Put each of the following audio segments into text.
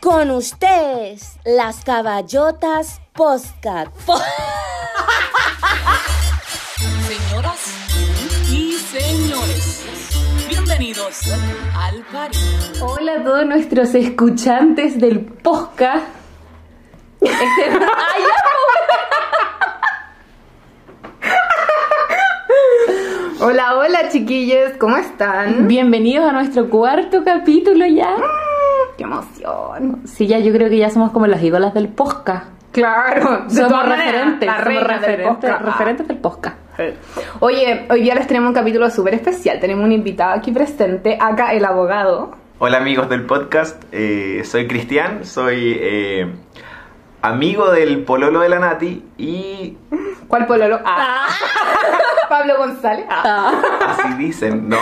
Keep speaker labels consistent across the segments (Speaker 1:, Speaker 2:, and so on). Speaker 1: Con ustedes, las caballotas Postcat.
Speaker 2: Señoras y señores, bienvenidos al party.
Speaker 3: Hola a todos nuestros escuchantes del podcast. Este- Ay,
Speaker 4: Hola, hola chiquillos, ¿cómo están?
Speaker 3: Bienvenidos a nuestro cuarto capítulo ya.
Speaker 4: ¡Qué emoción!
Speaker 3: Sí, ya yo creo que ya somos como las ídolas del podcast.
Speaker 4: Claro, de
Speaker 3: Somos
Speaker 4: todas maneras,
Speaker 3: referentes,
Speaker 4: la
Speaker 3: somos
Speaker 4: reina del
Speaker 3: referentes,
Speaker 4: podcast.
Speaker 3: referentes del podcast.
Speaker 4: Oye, hoy día les tenemos un capítulo súper especial. Tenemos un invitado aquí presente, acá el abogado.
Speaker 5: Hola amigos del podcast, eh, soy Cristian, soy eh, amigo del pololo de la Nati y
Speaker 4: ¿Cuál pololo? Ah. Pablo González. Ah.
Speaker 5: así dicen, no,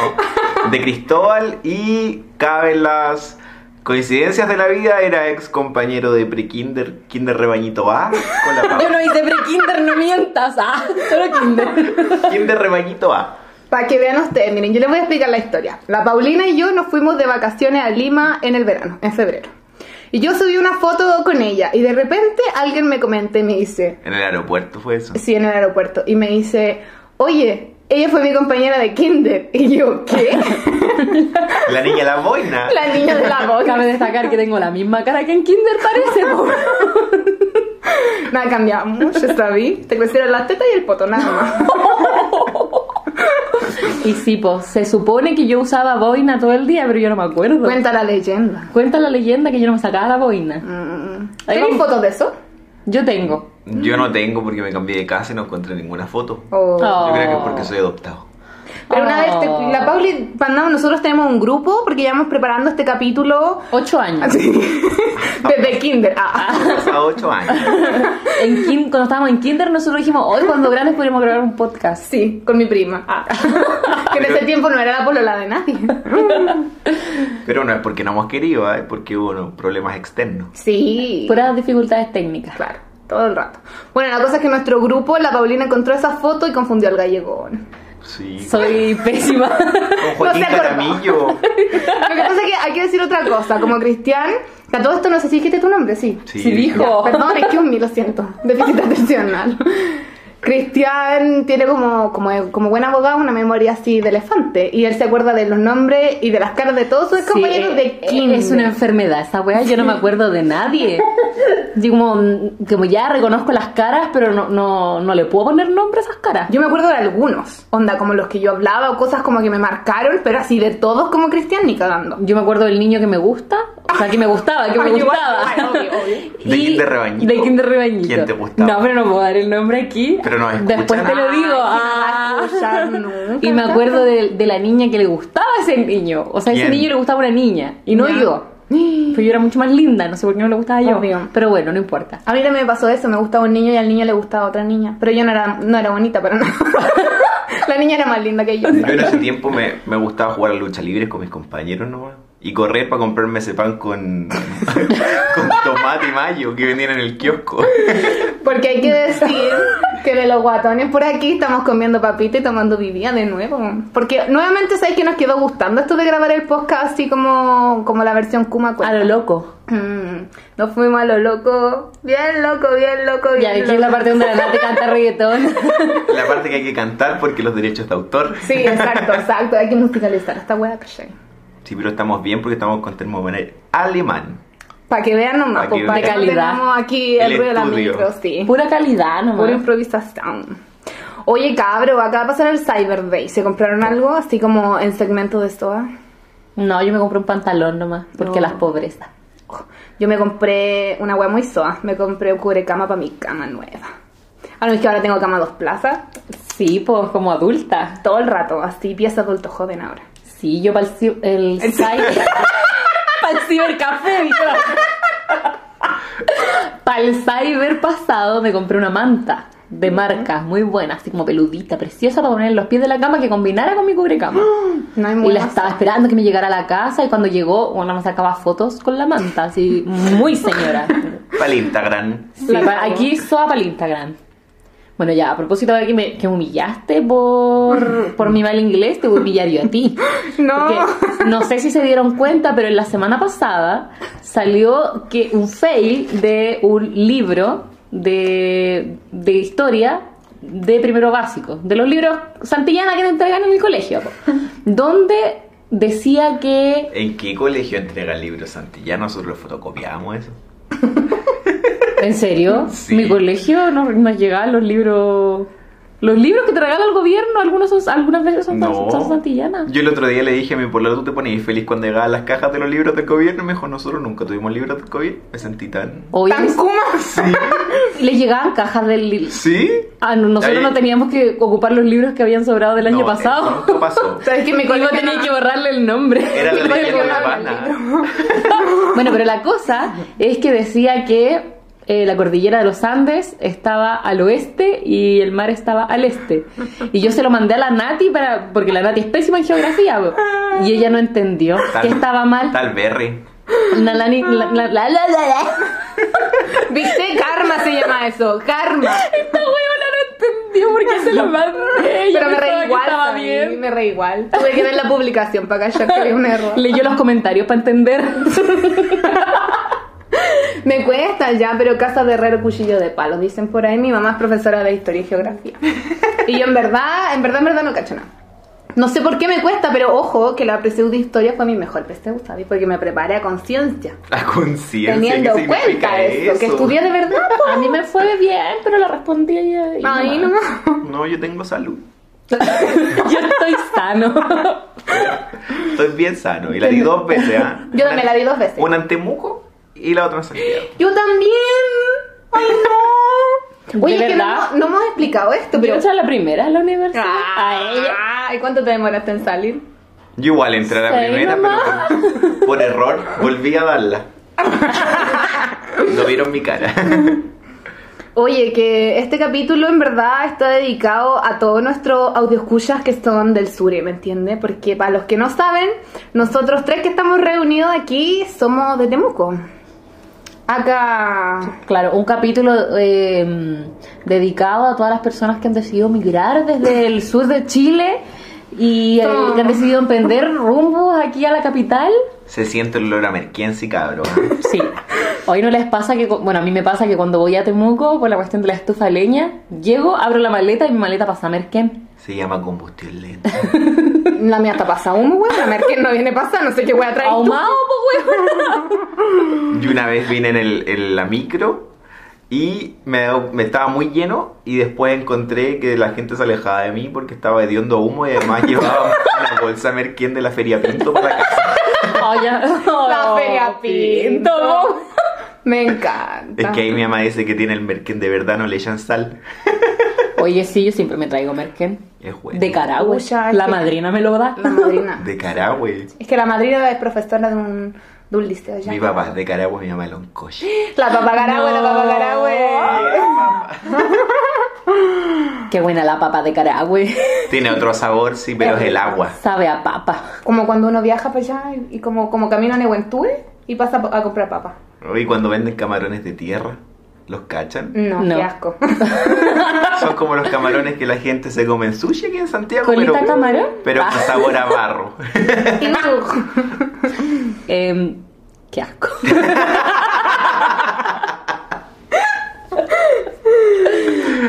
Speaker 5: de Cristóbal y caben las coincidencias de la vida, era ex compañero de pre-kinder, kinder rebañito A, con la
Speaker 3: Yo
Speaker 5: Pau.
Speaker 3: no hice pre-kinder, no mientas. Ah, solo kinder.
Speaker 5: kinder rebañito A.
Speaker 4: Para que vean ustedes, miren, yo les voy a explicar la historia. La Paulina y yo nos fuimos de vacaciones a Lima en el verano, en febrero. Y yo subí una foto con ella y de repente alguien me comenta y me dice,
Speaker 5: En el aeropuerto fue
Speaker 3: Ah.
Speaker 5: eso.
Speaker 4: Sí, en el aeropuerto. Y me dice, oye, ella fue mi compañera de kinder. Y yo, ¿qué?
Speaker 5: La niña la boina.
Speaker 4: la niña de la
Speaker 3: Cabe
Speaker 4: boca.
Speaker 3: destacar que tengo la misma cara que en kinder parece. po.
Speaker 4: Me ha cambiado mucho, ¿sabí? Te crecieron las tetas y el poto, nada más.
Speaker 3: Y sí, pues, se supone que yo usaba boina todo el día, pero yo no me acuerdo.
Speaker 4: Cuenta la leyenda.
Speaker 3: Cuenta la leyenda que yo no me sacaba la boina.
Speaker 4: Mm.
Speaker 3: Ahí
Speaker 4: ¿Tienes
Speaker 3: vamos.
Speaker 4: fotos de eso?
Speaker 3: Yo tengo.
Speaker 5: Yo no tengo porque me cambié de casa y no encontré ninguna foto.
Speaker 4: O-
Speaker 3: Oh.
Speaker 5: Yo creo que es porque soy adoptado.
Speaker 4: Pero una vez, te-
Speaker 3: Oh.
Speaker 4: la Pauli, Pandamo, nosotros tenemos un grupo porque llevamos preparando este capítulo
Speaker 3: Ocho años.
Speaker 4: así, desde kinder. Ah.
Speaker 5: Pasado ocho años.
Speaker 3: En kin- cuando estábamos en kinder, nosotros dijimos, hoy cuando grandes podríamos grabar un podcast.
Speaker 4: Sí, con mi prima. Ah. que en ese tiempo no era la polola de nadie.
Speaker 5: Pero no es porque no hemos querido, ¿eh? es porque hubo bueno, problemas externos.
Speaker 4: Sí.
Speaker 3: Puras dificultades técnicas.
Speaker 4: Claro, todo el rato. Bueno, la cosa es que nuestro grupo, la Paulina encontró esa foto y confundió al gallegón.
Speaker 5: Sí.
Speaker 3: Soy pésima.
Speaker 5: Con Joaquín
Speaker 4: No se acordó.
Speaker 5: Caramillo.
Speaker 4: Lo que pasa es que hay que decir otra cosa. Como Cristian, que a todo esto no sé si dijiste tu nombre, sí.
Speaker 5: Sí,
Speaker 3: Sí, dijo.
Speaker 4: Perdón, es que un mil, lo siento. Déficit atencional. Cristian tiene como, como, como buen abogado una memoria así de elefante. Y él se acuerda de los nombres y de las caras de todos sus
Speaker 3: Sí,
Speaker 4: compañeros de
Speaker 3: eh,
Speaker 4: kinder.
Speaker 3: Es una enfermedad esa weá, yo no me acuerdo de nadie. Yo como, mm, como ya reconozco las caras, pero no, no, no le puedo poner nombre a esas caras.
Speaker 4: Yo me acuerdo de algunos. Onda, como los que yo hablaba o cosas como que me marcaron, pero así de todos como Cristian ni cagando.
Speaker 3: Yo me acuerdo del niño que me gusta, o sea, que me gustaba, que me
Speaker 4: Ay, igual,
Speaker 3: gustaba.
Speaker 4: igual, obvio, obvio.
Speaker 5: De Kinder Rebañito.
Speaker 3: De Kinder Rebañito.
Speaker 5: ¿Quién te gustaba?
Speaker 3: No, pero no puedo dar el nombre aquí.
Speaker 5: Pero no escuchan.
Speaker 3: Después te lo
Speaker 4: Ay,
Speaker 3: digo.
Speaker 4: si no va
Speaker 3: Ah.
Speaker 4: a escuchar nunca,
Speaker 3: y me
Speaker 4: nunca.
Speaker 3: acuerdo de, de la niña que le gustaba a ese niño. O sea, a ese
Speaker 5: ¿Quién?
Speaker 3: niño le gustaba una niña. Y no
Speaker 4: Ya.
Speaker 3: yo. Pero Pues yo era mucho más linda, no sé por qué no le gustaba yo.
Speaker 4: Obvio.
Speaker 3: Pero bueno, no importa.
Speaker 4: A mí también me pasó eso, me gustaba un niño y al niño le gustaba otra niña. Pero yo no era, no era bonita para nada. la niña era más linda que yo.
Speaker 5: Yo en ese tiempo me, me gustaba jugar a lucha libre con mis compañeros nomás. Y correr para comprarme ese pan con, con tomate y mayo que vendían en el kiosco.
Speaker 4: Porque hay que decir que de los guatones por aquí estamos comiendo papita y tomando vivía de nuevo. Porque nuevamente sabéis que nos quedó gustando esto de grabar el podcast así como, como la versión Kuma Mm,
Speaker 3: A lo loco.
Speaker 4: Nos fuimos a lo loco. Bien loco, bien loco,
Speaker 3: Y
Speaker 4: bien
Speaker 3: aquí
Speaker 4: loco.
Speaker 3: es la parte donde la Nati canta reggaetón.
Speaker 5: La parte que hay que cantar porque los derechos de autor.
Speaker 4: Sí, exacto, exacto. Hay que musicalizar esta wea, cachai.
Speaker 5: Sí, pero estamos bien porque estamos con termomanel alemán.
Speaker 4: Para que vean nomás,
Speaker 5: Pa' que
Speaker 4: pues, para
Speaker 5: vean.
Speaker 4: que no
Speaker 3: Calidad.
Speaker 4: tengamos aquí el,
Speaker 5: El
Speaker 4: ruido de la
Speaker 5: estudio.
Speaker 4: micro, sí. Pura,
Speaker 3: Pura calidad nomás.
Speaker 4: improvisación. Oye, cabro, acaba de pasar el Cyber Day. ¿Se compraron algo así como en segmento de ah? SOA?
Speaker 3: No, yo me compré un pantalón nomás, porque
Speaker 4: No.
Speaker 3: las pobrezas.
Speaker 4: Yo me compré una wea muy SOA. Me compré un cubrecama para mi cama nueva. Ah, A lo mejor ahora tengo cama dos plazas.
Speaker 3: Sí, pues como adulta.
Speaker 4: Todo el rato, así, pieza adulto joven ahora.
Speaker 3: Sí, yo para el, el,
Speaker 4: El
Speaker 3: cyber. para el cibercafé, dijo. Para el cyber pasado me compré una manta de marca muy buena, así como peludita, preciosa, para poner en los pies de la cama que combinara con mi cubrecama.
Speaker 4: No hay
Speaker 3: Y la
Speaker 4: mucha
Speaker 3: estaba esperando que me llegara a la casa y cuando llegó, bueno, me sacaba fotos con la manta, así muy señora.
Speaker 5: Para el Instagram.
Speaker 3: Sí, pa- aquí soa para el Instagram. Bueno, ya, a propósito de que me que humillaste por, por mi mal inglés, te voy a humillar yo a ti.
Speaker 4: No.
Speaker 3: Porque no sé si se dieron cuenta, pero en la semana pasada salió que un fail de un libro de, de historia de primero básico, de los libros Santillana que te entregan en el colegio, po, donde decía que
Speaker 5: ¿En qué colegio entrega libros Santillana? Nosotros lo fotocopiamos eso.
Speaker 3: ¿En serio?
Speaker 5: Sí.
Speaker 3: Mi colegio no, no llegaban los libros. Los libros que te regala el gobierno, algunos son- algunas veces son,
Speaker 5: No.
Speaker 3: son santillanas.
Speaker 5: Yo el otro día le dije a mi pololo, tú te ponías feliz cuando llegaban las cajas de los libros del gobierno. Y me dijo, nosotros nunca tuvimos libros del COVID. Me sentí tan...
Speaker 3: Oye,
Speaker 4: ¿Tan kumas?
Speaker 5: ¿Sí?
Speaker 3: le llegaban cajas del li-
Speaker 5: ¿Sí?
Speaker 3: Ah, no, nosotros
Speaker 5: Ahí-
Speaker 3: no teníamos que ocupar los libros que habían sobrado del año
Speaker 5: No,
Speaker 3: pasado.
Speaker 5: eso nunca pasó.
Speaker 4: ¿Sabes que mi
Speaker 3: Mi colegio
Speaker 4: colegio
Speaker 3: tenía
Speaker 4: no-
Speaker 3: que borrarle el nombre.
Speaker 5: Era la
Speaker 4: Mi colegio
Speaker 5: leyenda
Speaker 4: no habla
Speaker 5: urbana.
Speaker 3: bueno, pero la cosa es que decía que eh, la cordillera de los Andes estaba al oeste y el mar estaba al este. Y yo se lo mandé a la Nati para, porque la Nati es pésima en geografía. po. Y ella no entendió que estaba mal.
Speaker 5: Tal Berry.
Speaker 3: La Nani- la- la- la- la- la- la-
Speaker 4: ¿Viste? Karma se llama eso. Karma.
Speaker 3: Esta huevona no entendió por qué se lo mandé. Yo
Speaker 4: Pero me
Speaker 3: pensaba
Speaker 4: reí
Speaker 3: que
Speaker 4: igual.
Speaker 3: Estaba
Speaker 4: Sammy,
Speaker 3: bien.
Speaker 4: Me reí igual. Tuve que ver la publicación para callar que había un error.
Speaker 3: Leyó los comentarios para entender.
Speaker 4: Me cuesta ya, pero casa de herrero, cuchillo de palo. Dicen por ahí, mi mamá es profesora de historia y geografía. Y yo en verdad, en verdad, en verdad no cacho nada. No sé por qué me cuesta, pero ojo, que la PSU de historia fue mi mejor PSU, ¿sabes? Porque me preparé a conciencia.
Speaker 5: La conciencia.
Speaker 4: Teniendo
Speaker 5: ¿qué significa
Speaker 4: cuenta eso, que
Speaker 5: eso?
Speaker 4: estudié de verdad.
Speaker 3: A mí me fue bien, pero la respondí ella. y
Speaker 4: Ahí
Speaker 3: no.
Speaker 4: nomás.
Speaker 5: No, yo tengo salud.
Speaker 3: Yo estoy sano.
Speaker 5: Estoy bien sano. Y la di dos veces, ¿ah?
Speaker 4: Yo
Speaker 5: Una-
Speaker 4: me la di dos veces.
Speaker 5: Una en Temuco y la otra en Santiago.
Speaker 4: Yo también. Ay, no.
Speaker 3: ¿De
Speaker 4: Oye, que no,
Speaker 3: verdad?
Speaker 4: hemos- no hemos explicado esto,
Speaker 3: Yo
Speaker 4: pero.
Speaker 3: era la primera en la universidad. A ella.
Speaker 4: Ah, ¿Y cuánto te demoraste en salir?
Speaker 5: Yo igual entré a la
Speaker 3: Sí,
Speaker 5: primera,
Speaker 3: mamá.
Speaker 5: pero por, por error volví a darla. No vieron mi cara.
Speaker 4: Oye, que este capítulo en verdad está dedicado a todos nuestros audioscuchas que son del sur, ¿me entiende? Porque para los que no saben, nosotros tres que estamos reunidos aquí somos de Temuco. Acá.
Speaker 3: Claro, un capítulo eh, dedicado a todas las personas que han decidido migrar desde el sur de Chile y eh,
Speaker 4: No.
Speaker 3: que han decidido emprender rumbos aquí a la capital.
Speaker 5: Se siente el olor a merquense, cabrón. ¿eh?
Speaker 3: Sí. Hoy no les pasa que, cu- bueno, a mí me pasa que cuando voy a Temuco por la cuestión de la estufa de leña, llego, abro la maleta y mi maleta pasa a Merquén.
Speaker 5: Se llama combustión lenta.
Speaker 4: La mía está pasa humo, güey. La Merkel no viene pasada, no sé qué voy a traer.
Speaker 3: Ahumado, pues,
Speaker 5: Yo una vez vine en, el, en la micro y me, me estaba muy lleno y después encontré que la gente se alejaba de mí porque estaba hediondo a humo y además llevaba una bolsa merquén de la Feria Pinto para la casa.
Speaker 3: Oh, ya.
Speaker 4: La
Speaker 3: Oh,
Speaker 4: Feria Pinto. Me encanta.
Speaker 5: Es que ahí mi mamá dice que tiene el merquén de verdad, no le echan sal.
Speaker 3: Oye, sí, yo siempre me traigo Merquén.
Speaker 5: Es bueno.
Speaker 3: De Caragua.
Speaker 4: Pucha, es
Speaker 3: La
Speaker 4: que-
Speaker 3: madrina me lo da.
Speaker 4: La madrina.
Speaker 5: De Carahue.
Speaker 4: Es que la madrina es profesora de un, de un liceo ya.
Speaker 5: Mi papá es de Carahue, mi mamá es loncoche.
Speaker 4: La papagaragüe,
Speaker 3: No.
Speaker 4: la papagaragüe.
Speaker 3: Qué buena la papa de Caragüe.
Speaker 5: Tiene otro sabor, sí, pero es el agua.
Speaker 3: Sabe a papa.
Speaker 4: Como cuando uno viaja para allá y- y como, como camina a Nehuenture y pasa a comprar papas.
Speaker 5: Y cuando venden camarones de tierra, los cachan.
Speaker 4: No,
Speaker 3: No.
Speaker 4: qué asco.
Speaker 5: Son como los camarones que la gente se come en sushi aquí en Santiago,
Speaker 3: ¿Colita
Speaker 5: pero,
Speaker 3: camarón?
Speaker 5: pero con
Speaker 3: Ah.
Speaker 5: sabor a barro.
Speaker 4: Y tú,
Speaker 3: Eh, qué asco.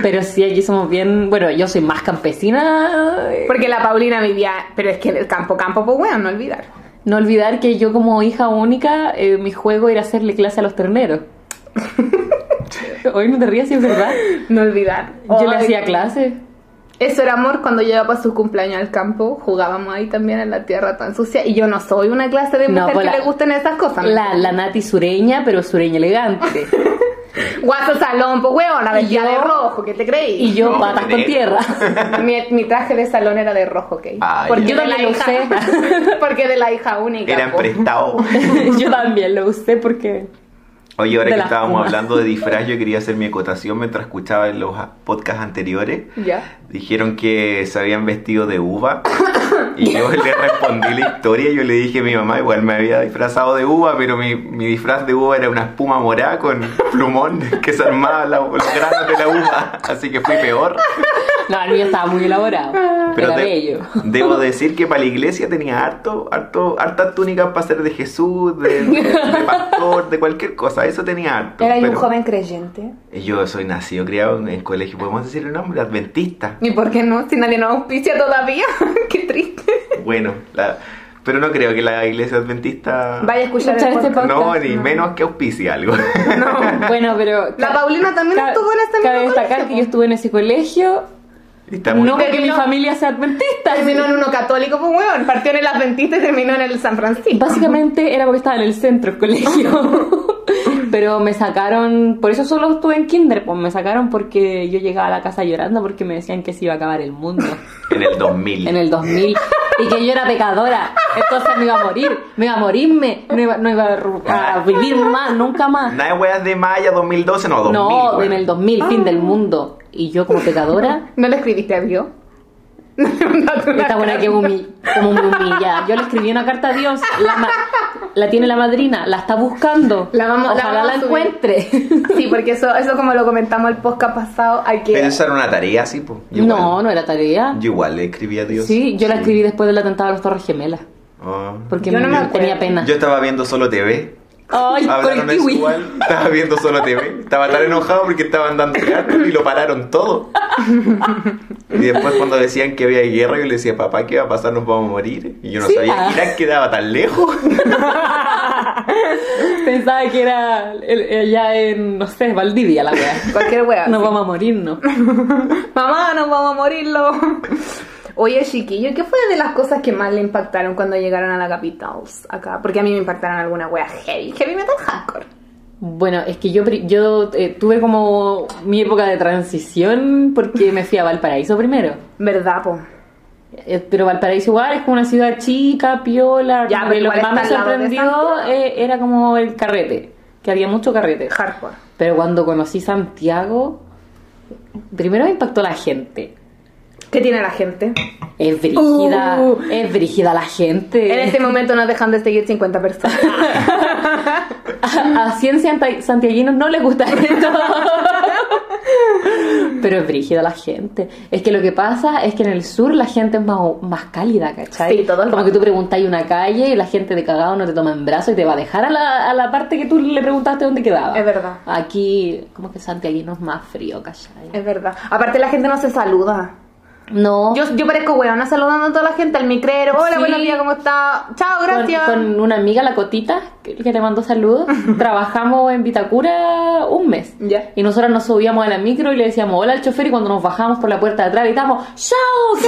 Speaker 3: Pero sí, aquí somos bien. Bueno, yo soy más campesina. eh,
Speaker 4: Porque la Paulina vivía, pero es que en el campo, campo, pues weón, no olvidar.
Speaker 3: No olvidar que yo, como hija única, eh, mi juego era hacerle clase a los terneros. Hoy no te rías, si es verdad.
Speaker 4: No olvidar.
Speaker 3: Yo le
Speaker 4: Ay.
Speaker 3: hacía clase.
Speaker 4: Eso era amor cuando yo iba para su cumpleaños al campo, jugábamos ahí también en la tierra tan sucia y yo no soy una clase de
Speaker 3: No,
Speaker 4: mujer
Speaker 3: pues
Speaker 4: que
Speaker 3: la-
Speaker 4: le gusten esas cosas. ¿no?
Speaker 3: La, la nati sureña, pero sureña elegante.
Speaker 4: Guaso salón, pues weón, la
Speaker 3: Y
Speaker 4: vestía
Speaker 3: yo-
Speaker 4: de rojo, ¿qué te creí?
Speaker 3: Y yo,
Speaker 5: No,
Speaker 3: patas con
Speaker 5: negro.
Speaker 3: tierra.
Speaker 4: Mi, mi traje de salón era de rojo, ¿ok?
Speaker 5: Ah,
Speaker 4: porque
Speaker 5: ya.
Speaker 4: de
Speaker 3: Yo
Speaker 4: la
Speaker 3: también
Speaker 4: hija,
Speaker 3: lo
Speaker 4: porque de la hija única.
Speaker 5: Eran
Speaker 4: po.
Speaker 5: prestados.
Speaker 3: yo también lo usé porque.
Speaker 5: Oye, ahora
Speaker 3: De
Speaker 5: que
Speaker 3: las
Speaker 5: estábamos
Speaker 3: pumas.
Speaker 5: hablando de disfraz, yo quería hacer mi acotación mientras escuchaba en los podcasts anteriores.
Speaker 4: Ya.
Speaker 5: Dijeron que se habían vestido de uva Y yo le respondí la historia y yo le dije a mi mamá, igual me había disfrazado de uva, pero mi, mi disfraz de uva era una espuma morada con plumón que se armaba la, los granos de la uva, así que fui peor.
Speaker 3: No, el mío estaba muy elaborado.
Speaker 5: Pero
Speaker 3: Era
Speaker 5: de-
Speaker 3: bello.
Speaker 5: debo decir que para la iglesia tenía harto, harto, hartas túnicas para ser de Jesús, de, de pastor, de cualquier cosa, eso tenía harto.
Speaker 6: Era un
Speaker 5: pero-
Speaker 6: joven creyente.
Speaker 5: Yo soy nacido, criado en el colegio, podemos decir el nombre, adventista.
Speaker 4: ¿Y por qué no? Si nadie nos auspicia todavía. qué triste.
Speaker 5: Bueno, la- pero no creo que la iglesia adventista...
Speaker 6: Vaya a escuchar el
Speaker 4: Escuchar este
Speaker 6: podcast.
Speaker 5: no, ni menos que auspicie algo.
Speaker 3: Bueno, pero.
Speaker 4: La Paulina también
Speaker 3: Ca-
Speaker 4: estuvo en ese mismo
Speaker 3: Cabe destacar
Speaker 4: colegio,
Speaker 3: que
Speaker 4: po.
Speaker 3: yo estuve en ese colegio.
Speaker 5: Está muy-
Speaker 3: No porque mi
Speaker 4: Terminó-
Speaker 3: familia sea adventista.
Speaker 4: Terminó en uno católico, pues weón. Partió en el Adventista y terminó en el San Francisco.
Speaker 3: Básicamente era porque estaba en el centro del colegio. Pero me sacaron, por eso solo estuve en kinder, pues me sacaron porque yo llegaba a la casa llorando porque me decían que se iba a acabar el mundo
Speaker 5: En el 2000.
Speaker 3: en el 2000 y que yo era pecadora, entonces me iba a morir, me iba a morirme, no iba, no iba a ru- a vivir más, nunca más.
Speaker 5: Nada de weas de Maya 2012, no, 2000.
Speaker 3: no,
Speaker 5: weón.
Speaker 3: en el 2000, fin del mundo. Y yo como pecadora,
Speaker 4: ¿No le escribiste a Dios?
Speaker 3: esta
Speaker 4: Está
Speaker 3: buena que humi- como me humilla. Yo le escribí una carta a Dios, la, ma- la tiene la madrina, la está buscando.
Speaker 4: La vamos- la
Speaker 3: Ojalá
Speaker 4: vamos
Speaker 3: la,
Speaker 4: a subir.
Speaker 3: encuentre.
Speaker 4: Sí, porque eso, eso como lo comentamos el podcast pasado, hay que...
Speaker 5: Pero eso era una tarea, sí, pues.
Speaker 3: No, no era tarea.
Speaker 5: Yo igual le escribí a Dios.
Speaker 3: sí, yo la escribí después del atentado a las Torres Gemelas.
Speaker 5: Ah.
Speaker 3: Porque
Speaker 4: Yo no
Speaker 3: me-
Speaker 4: me acuerdo.
Speaker 3: tenía pena.
Speaker 5: Yo estaba viendo solo TV.
Speaker 3: Ay, por el
Speaker 5: Hablaron eso
Speaker 3: kiwi.
Speaker 5: igual. Estaba viendo solo TV. Estaba tan enojado porque estaban dando cartas y lo pararon todo. Y después cuando decían que había guerra, yo le decía, papá, ¿qué va a pasar? Nos vamos a morir. Y yo no
Speaker 3: Sí,
Speaker 5: sabía
Speaker 3: ah.
Speaker 5: que Irak quedaba tan lejos.
Speaker 3: Pensaba que era el- allá en, no sé, Valdivia la wea.
Speaker 4: Cualquier wea.
Speaker 3: Nos vamos a morirnos.
Speaker 4: Mamá, nos vamos a morirlo. Oye, chiquillo, ¿qué fue de las cosas que más le impactaron cuando llegaron a la capital acá? Porque a mí me impactaron alguna wea heavy, heavy metal hardcore.
Speaker 3: Bueno, es que yo, pri- yo eh, tuve como mi época de transición porque me fui a Valparaíso primero.
Speaker 4: ¿Verdad, po?
Speaker 3: Eh, Pero Valparaíso igual es como una ciudad chica, piola.
Speaker 4: Ya,
Speaker 3: como
Speaker 4: pero
Speaker 3: que lo
Speaker 4: igual
Speaker 3: que más me
Speaker 4: está al lado de
Speaker 3: sorprendió
Speaker 4: Santiago.
Speaker 3: eh, era como el carrete, que había mucho carrete.
Speaker 4: Hardcore.
Speaker 3: Pero cuando conocí Santiago, primero me impactó la gente.
Speaker 4: ¿Qué tiene la gente?
Speaker 3: Es brígida,
Speaker 4: Uh.
Speaker 3: es brígida la gente.
Speaker 4: En este momento nos dejan de seguir 50 personas.
Speaker 3: A, a 100 santa- santiaguinos no les gusta esto. Pero es brígida la gente. Es que lo que pasa es que en el sur la gente es más, más cálida, ¿cachai?
Speaker 4: Sí, todo el
Speaker 3: Como
Speaker 4: rato.
Speaker 3: que tú preguntas una calle y la gente de cagado no te toma en brazo y te va a dejar a la, a la parte que tú le preguntaste dónde quedaba.
Speaker 4: Es verdad. Eh,
Speaker 3: Aquí, como que santiaguino es más frío, ¿cachai?
Speaker 4: Es verdad. Aparte la gente no se saluda.
Speaker 3: No.
Speaker 4: Yo, yo parezco weona saludando a toda la gente, al micrero. Hola,
Speaker 3: Sí.
Speaker 4: buenos días, ¿cómo está? Chao,
Speaker 3: con-
Speaker 4: gracias.
Speaker 3: Con, una amiga, la Cotita, que, que te mandó saludos, trabajamos en Vitacura un mes.
Speaker 4: Ya.
Speaker 3: Y nosotros nos subíamos a la micro y le decíamos hola al chofer y cuando nos bajamos por la puerta de atrás gritamos ¡Chao! ¡Que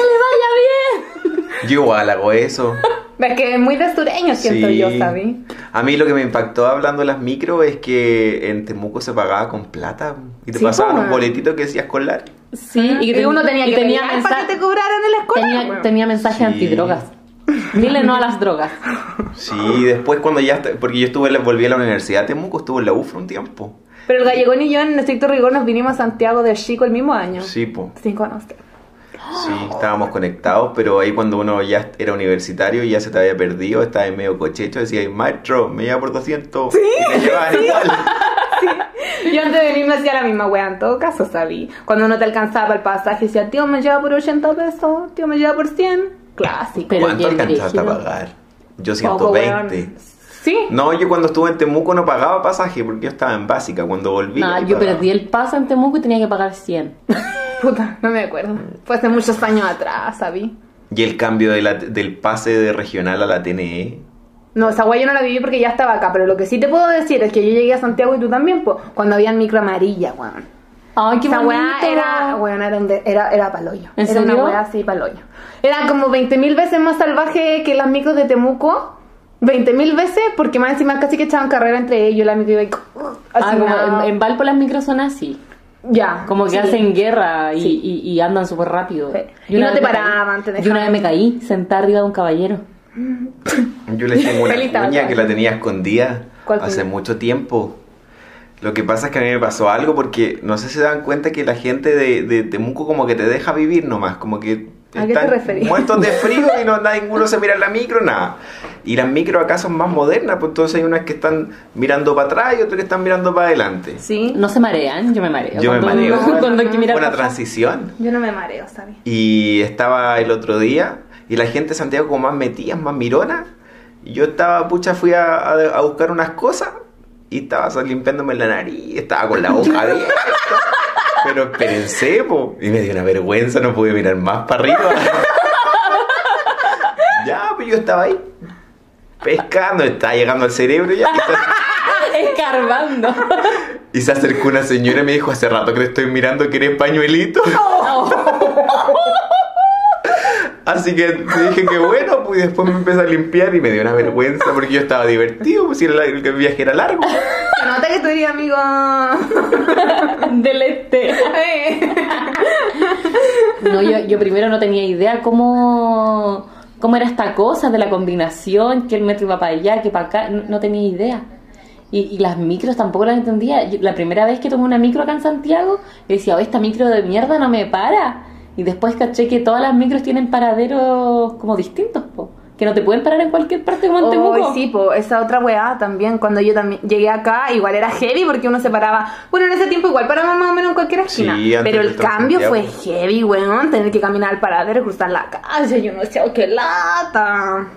Speaker 3: le vaya bien!
Speaker 5: Yo igual hago eso.
Speaker 4: Es que es muy de sureño, siento
Speaker 5: Sí.
Speaker 4: yo, ¿sabí?
Speaker 5: A mí lo que me impactó hablando de las micro es que en Temuco se pagaba con plata y te
Speaker 4: Sí,
Speaker 5: pasaban
Speaker 4: po.
Speaker 5: un boletito que decía escolar.
Speaker 3: Sí,
Speaker 4: Y,
Speaker 3: ten-
Speaker 4: uno tenía
Speaker 3: y
Speaker 4: que
Speaker 3: tenía
Speaker 4: pelear para
Speaker 3: mensa-
Speaker 4: que te cobraran en la escuela.
Speaker 3: tenía,
Speaker 4: weón.
Speaker 3: tenía mensaje
Speaker 5: Sí.
Speaker 3: antidrogas. Dile no a las drogas.
Speaker 5: Sí, y después cuando ya, est- porque yo estuve, volví a la universidad de Temuco, estuve en la UFRO un tiempo.
Speaker 4: Pero el gallegón y yo en estricto rigor nos vinimos a Santiago del Chico el mismo año.
Speaker 5: Sí, po.
Speaker 4: Sin conocer.
Speaker 5: Sí, estábamos conectados, pero ahí cuando uno ya era universitario ya se te había perdido, estaba en medio cochecho, decía, maestro, me lleva por 200. y te llevaban igual.
Speaker 4: Yo antes de venir me hacía la misma wea en todo caso, sabí. Cuando no te alcanzaba el pasaje, decía, tío, me lleva por 80 pesos, tío, me lleva por 100. Clásico.
Speaker 3: Pero
Speaker 5: ¿Cuánto
Speaker 3: qué
Speaker 5: alcanzaste a
Speaker 3: brígido.
Speaker 5: pagar? Yo
Speaker 4: Poco,
Speaker 5: 120.
Speaker 4: weón. Sí.
Speaker 5: No, yo cuando estuve en Temuco no pagaba pasaje porque yo estaba en básica. Cuando volví.
Speaker 3: Nah,
Speaker 5: ahí
Speaker 3: Ah, yo
Speaker 5: pagaba.
Speaker 3: perdí el paso en Temuco y tenía que pagar 100.
Speaker 4: Puta, no me acuerdo. Fue hace muchos años atrás, sabí.
Speaker 5: Y el cambio de la- del pase de regional a la E, TNE.
Speaker 4: No, esa wea yo no la viví porque ya estaba acá, pero lo que sí te puedo decir es que yo llegué a Santiago y tú también, pues, cuando habían micro amarilla, weón.
Speaker 3: ¡Ay, qué
Speaker 4: Esa
Speaker 3: bonito!
Speaker 4: weá era, weón, era, un de- era, era paloyo.
Speaker 3: ¿En
Speaker 4: era una
Speaker 3: serio?
Speaker 4: weá así paloyo. Era como 20.000 veces más salvaje que las micros de Temuco. 20.000 veces, porque más encima casi que echaban carrera entre ellos. La micro iba y-
Speaker 3: Ah,
Speaker 4: así,
Speaker 3: como
Speaker 4: no.
Speaker 3: en, en Valpo las micros son así.
Speaker 4: Ya.
Speaker 3: Como que
Speaker 4: sí.
Speaker 3: hacen guerra y, y- y andan súper rápido.
Speaker 4: Sí. Y
Speaker 3: una
Speaker 4: no
Speaker 3: vez
Speaker 4: te
Speaker 3: me caí-
Speaker 4: paraban, te
Speaker 3: Y una vez
Speaker 4: dejaban.
Speaker 3: me caí, sentada arriba de un caballero.
Speaker 5: Yo le tengo una
Speaker 4: Feliz Navidad.
Speaker 5: cuña que la tenía escondida
Speaker 4: ¿Cuál
Speaker 5: hace
Speaker 4: cuña?
Speaker 5: mucho tiempo. Lo que pasa es que a mí me pasó algo porque no sé si se dan cuenta que la gente de, de Temuco como que te deja vivir nomás, como que
Speaker 4: ¿A qué te
Speaker 5: Están
Speaker 4: referís?
Speaker 5: Muertos de frío y no da ninguno se mira en la micro, nada. Y las micros acá son más modernas, pues entonces hay unas que están mirando para atrás y otras que están mirando para adelante.
Speaker 4: Sí.
Speaker 3: No se marean, yo me mareo.
Speaker 5: Yo me
Speaker 3: Cuando-
Speaker 5: mareo.
Speaker 3: cuando hay que mirar
Speaker 5: Buena
Speaker 3: para atrás.
Speaker 5: transición.
Speaker 4: Yo no me mareo, está bien.
Speaker 5: Y estaba el otro día y la gente de Santiago como más metida, más mirona. Y yo estaba, pucha, fui a, a- a buscar unas cosas y estaba así limpiándome la nariz, estaba con la boca abierta. Pero espérense, po. Y me dio una vergüenza, no pude mirar más para arriba. ya, pues yo estaba ahí pescando, estaba llegando al cerebro ya. Y se-
Speaker 3: Ah, Escarbando.
Speaker 5: Y se acercó una señora y me dijo, hace rato que te estoy mirando, ¿quieres pañuelito? Así que dije que bueno, pues y después me empecé a limpiar y me dio una vergüenza porque yo estaba divertido, pues si el, el viaje era largo.
Speaker 4: Se nota que tú eres amigo.
Speaker 3: Del este. No, yo, yo primero no tenía idea cómo, cómo era esta cosa de la combinación, que el metro iba para allá, que para acá, no, no tenía idea. Y, y las micros tampoco las entendía. Yo- la primera vez que tomé una micro acá en Santiago, yo decía, "Oh, esta micro de mierda no me para. Y después caché que todas las micros tienen paraderos como distintos, po, que no te pueden parar en cualquier parte
Speaker 5: Oh,
Speaker 3: como en
Speaker 4: Hoy
Speaker 3: Temuco.
Speaker 4: sí, po, esa otra weá también. Cuando yo también llegué acá, igual era heavy porque uno se paraba. Bueno, en ese tiempo igual paramos más o menos en cualquier esquina.
Speaker 5: Sí, antes
Speaker 4: pero
Speaker 5: del
Speaker 4: el cambio fue
Speaker 5: Transantiago.
Speaker 4: heavy, weón. Tener que caminar al paradero, cruzar la calle. Yo no sé, oh, qué lata.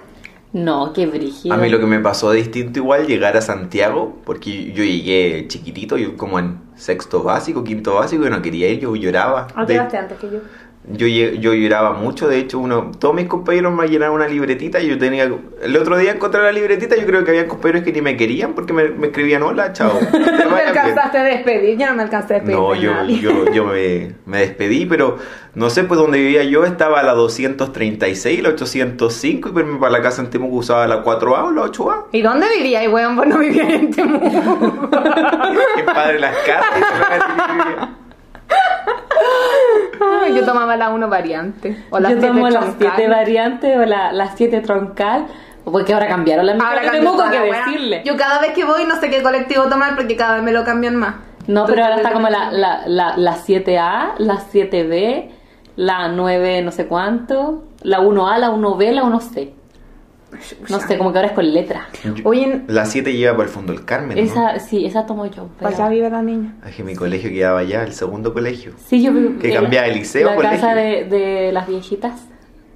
Speaker 3: No, qué brígido.
Speaker 5: A mí lo que me pasó distinto igual llegar a Santiago, porque yo llegué chiquitito, yo como en sexto básico, quinto básico, y no quería ir, yo lloraba.
Speaker 4: Ah,
Speaker 5: De-
Speaker 4: quedaste antes que yo.
Speaker 5: Yo, lle- yo lloraba mucho, de hecho, uno, todos mis compañeros me llenaron una libretita y yo tenía... El otro día encontré la libretita, yo creo que había compañeros que ni me querían porque me, me escribían, hola, chao. que te
Speaker 4: No te
Speaker 5: vaya bien".
Speaker 4: alcanzaste a despedir. Yo no me alcancé a despedir.
Speaker 5: No,
Speaker 4: de
Speaker 5: yo,
Speaker 4: nadie.
Speaker 5: yo, yo me, me despedí, pero no sé, pues donde vivía yo estaba la 236, la 805 y para irme para la casa en Temuco usaba la 4A o la 8A.
Speaker 4: ¿Y dónde vivías, weón? Vos no vivías en Temuco.
Speaker 5: Qué padre las casas. y la calle.
Speaker 4: Ah, yo tomaba la 1 variante. O la
Speaker 3: Yo
Speaker 4: siete
Speaker 3: tomo las
Speaker 4: troncal.
Speaker 3: siete variantes o la- las siete troncal, porque ahora cambiaron la micro
Speaker 4: Ahora
Speaker 3: de
Speaker 4: cambió
Speaker 3: Temuco,
Speaker 4: toda
Speaker 3: que
Speaker 4: la weá.
Speaker 3: decirle.
Speaker 4: Yo cada vez que voy no sé qué colectivo tomar porque cada vez me lo cambian más.
Speaker 3: No, pero ahora está como la,
Speaker 4: Entonces,
Speaker 3: la, la, la 7A, la 7B, la 9 no sé cuánto, la 1A, la 1B, la 1C. No sé, como que ahora es con letra.
Speaker 5: Yo-
Speaker 4: Oye,
Speaker 5: La 7 lleva para el fondo del Carmen, ¿no?
Speaker 3: Esa, sí, esa tomo yo. pero-
Speaker 4: allá vive la niña.
Speaker 5: Ay, que mi colegio quedaba allá, el segundo colegio.
Speaker 3: Sí, yo vivo-
Speaker 5: Que
Speaker 3: en
Speaker 5: cambiaba el liceo, pues,
Speaker 3: La
Speaker 5: colegio.
Speaker 3: casa de, de las viejitas,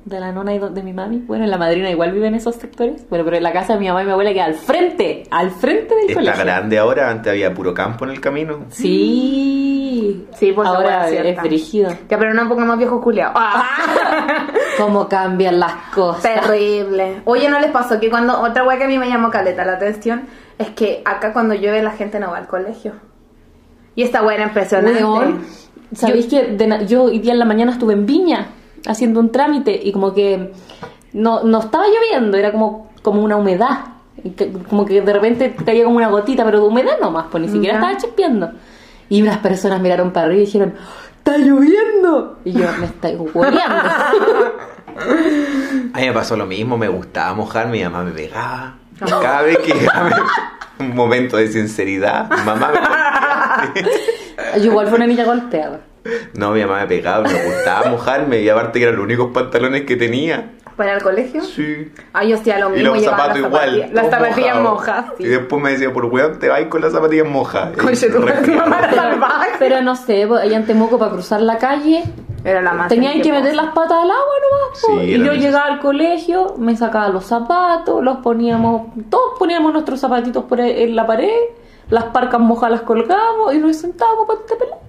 Speaker 3: de la nona y do- de mi mami. Bueno, en la madrina igual viven esos sectores. Bueno, pero en la casa de mi mamá y mi abuela queda al frente, al frente del
Speaker 5: Está
Speaker 3: colegio.
Speaker 5: grande ahora, antes había puro campo en el camino.
Speaker 3: Sí.
Speaker 4: Sí, pues, la
Speaker 3: ahora
Speaker 4: wea es
Speaker 3: es
Speaker 4: cierta.
Speaker 3: brígido.
Speaker 4: Ya, pero no pongamos viejos culiados.
Speaker 3: Ah. Cómo cambian las cosas.
Speaker 4: Terrible. Oye, ¿no les pasó que cuando otra weá que a mí me llamó caleta la atención es que acá cuando llueve la gente no va al colegio? Y esta weá era impresionante.
Speaker 3: Weón, ¿sabéis que de na- yo hoy día en la mañana estuve en Viña haciendo un trámite y como que no, no estaba lloviendo, era como, como una humedad. y que- Como que de repente caía como una gotita, pero de humedad nomás, pues ni siquiera
Speaker 4: Ya.
Speaker 3: estaba chispeando. Y unas personas miraron para arriba y dijeron, ¡está lloviendo! Y yo, me estáis hueveando.
Speaker 5: A mí me pasó lo mismo, me gustaba mojar, mi mamá me pegaba. Cada vez que llegaba un momento de sinceridad, mi mamá me
Speaker 3: Yo igual fue una niña golpeada.
Speaker 5: No, mi mamá me pegaba, me gustaba mojarme y aparte que eran los únicos pantalones que tenía.
Speaker 4: ¿Para el colegio?
Speaker 5: Sí.
Speaker 4: Ah, yo hacía lo
Speaker 5: Y
Speaker 4: mismo.
Speaker 5: los
Speaker 4: llevaba
Speaker 5: zapatos
Speaker 4: las
Speaker 5: igual.
Speaker 4: zapatillas- Las
Speaker 5: todos
Speaker 4: zapatillas mojas.
Speaker 5: mojados.
Speaker 4: sí.
Speaker 5: Y después me decía, por weón, te vas con las zapatillas mojas.
Speaker 4: Conche tu madre,
Speaker 5: Refriado.
Speaker 4: mamá la
Speaker 3: Pero,
Speaker 4: salvaje.
Speaker 3: pero no sé, pues, allá en Temuco para cruzar la calle
Speaker 4: Era la más.
Speaker 3: Tenían que
Speaker 4: hermosa.
Speaker 3: meter las patas al agua nomás.
Speaker 5: Sí,
Speaker 3: po. y
Speaker 5: era
Speaker 3: yo
Speaker 5: necesario.
Speaker 3: llegaba al colegio, me sacaba los zapatos, los poníamos, todos poníamos nuestros zapatitos por ahí en la pared, las parcas mojas las colgamos y nos sentábamos para este pelado.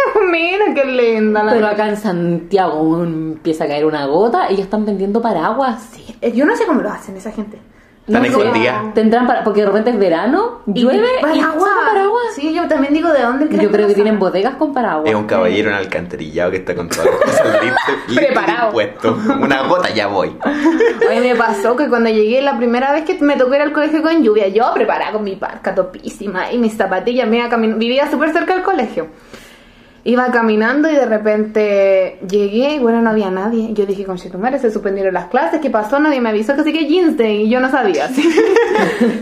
Speaker 4: Mira qué linda la
Speaker 3: Pero acá en Santiago weón, empieza a caer una gota y ya están vendiendo paraguas. Sí.
Speaker 4: Eh, Yo no sé cómo lo hacen esa gente.
Speaker 3: No
Speaker 5: Están
Speaker 3: sé,
Speaker 5: escondidas.
Speaker 3: Tendrán para, porque de repente es verano, llueve y sacan paraguas.
Speaker 4: Sí, yo también digo de dónde creen
Speaker 3: Yo creo
Speaker 4: lo
Speaker 3: que tienen
Speaker 4: sacan?
Speaker 3: bodegas con paraguas.
Speaker 5: Es un caballero en alcantarillado que está con todas las cosas listas,
Speaker 4: Preparado.
Speaker 5: puesto. Una gota, ya voy.
Speaker 4: Oye, me pasó que cuando llegué la primera vez que me tocó ir al colegio con lluvia, yo preparada con mi parca topísima y mis zapatillas, me iba camin- vivía súper cerca del colegio. Iba caminando y de repente llegué y bueno, no había nadie. Yo dije, con madre, se suspendieron las clases, ¿qué pasó? Nadie me avisó que sí que Jeans Day y yo no sabía. así.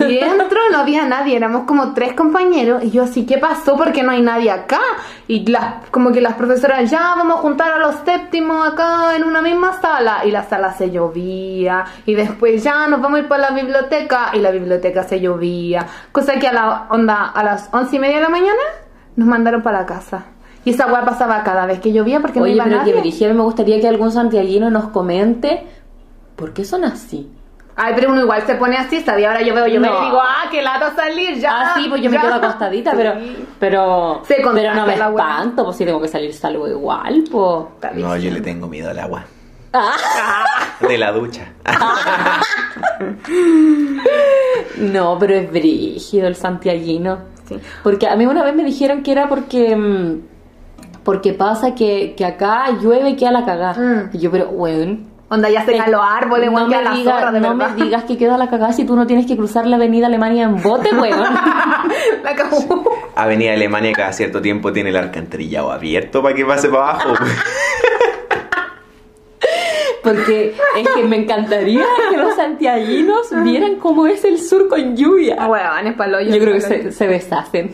Speaker 4: y entro, no había nadie, éramos como tres compañeros y yo así, ¿qué pasó? Porque no hay nadie acá. Y las, como que las profesoras, ya vamos a juntar a los séptimos acá en una misma sala. Y la sala se llovía y después ya nos vamos a ir para la biblioteca y la biblioteca se llovía. Cosa que a la onda, a las once y media de la mañana nos mandaron para la casa. Y esa weá pasaba cada vez que llovía porque no
Speaker 3: Oye,
Speaker 4: iba
Speaker 3: pero que
Speaker 4: nadie.
Speaker 3: dirigía, me gustaría que algún santiaguino nos comente por qué son así.
Speaker 4: Ay, pero uno igual se pone así, sabía, ahora yo veo, yo
Speaker 3: No.
Speaker 4: me digo, ah, que lata salir, ya.
Speaker 3: Ah, sí, pues yo me
Speaker 4: ya.
Speaker 3: quedo acostadita,
Speaker 4: Sí.
Speaker 3: pero pero,
Speaker 4: Se
Speaker 3: pero no me
Speaker 4: contagia la weá.
Speaker 3: espanto, pues si tengo que salir salvo igual, pues.
Speaker 4: Está bien.
Speaker 5: No, yo le tengo miedo al agua.
Speaker 4: Ah.
Speaker 5: De la ducha. Ah,
Speaker 3: No, pero es brígido el santiaguino.
Speaker 4: Sí.
Speaker 3: Porque a mí una vez me dijeron que era porque mm, porque pasa que, que acá llueve y queda la cagada.
Speaker 4: Mm.
Speaker 3: Y yo, pero, weón.
Speaker 4: Onda, ya secan
Speaker 3: eh,
Speaker 4: los árboles, weón,
Speaker 3: no
Speaker 4: que a
Speaker 3: me
Speaker 4: la
Speaker 3: diga-
Speaker 4: zorra, de
Speaker 3: No
Speaker 4: verdad.
Speaker 3: me digas que queda la cagada si tú no tienes que cruzar la avenida Alemania en bote, weón.
Speaker 4: La cagó.
Speaker 5: Avenida Alemania cada cierto tiempo tiene el alcantarillado abierto para que pase para abajo.
Speaker 3: Porque es que me encantaría que los santiaguinos vieran cómo es el sur con lluvia.
Speaker 4: Weón, es palo
Speaker 3: Ah, Yo creo que se, se deshacen.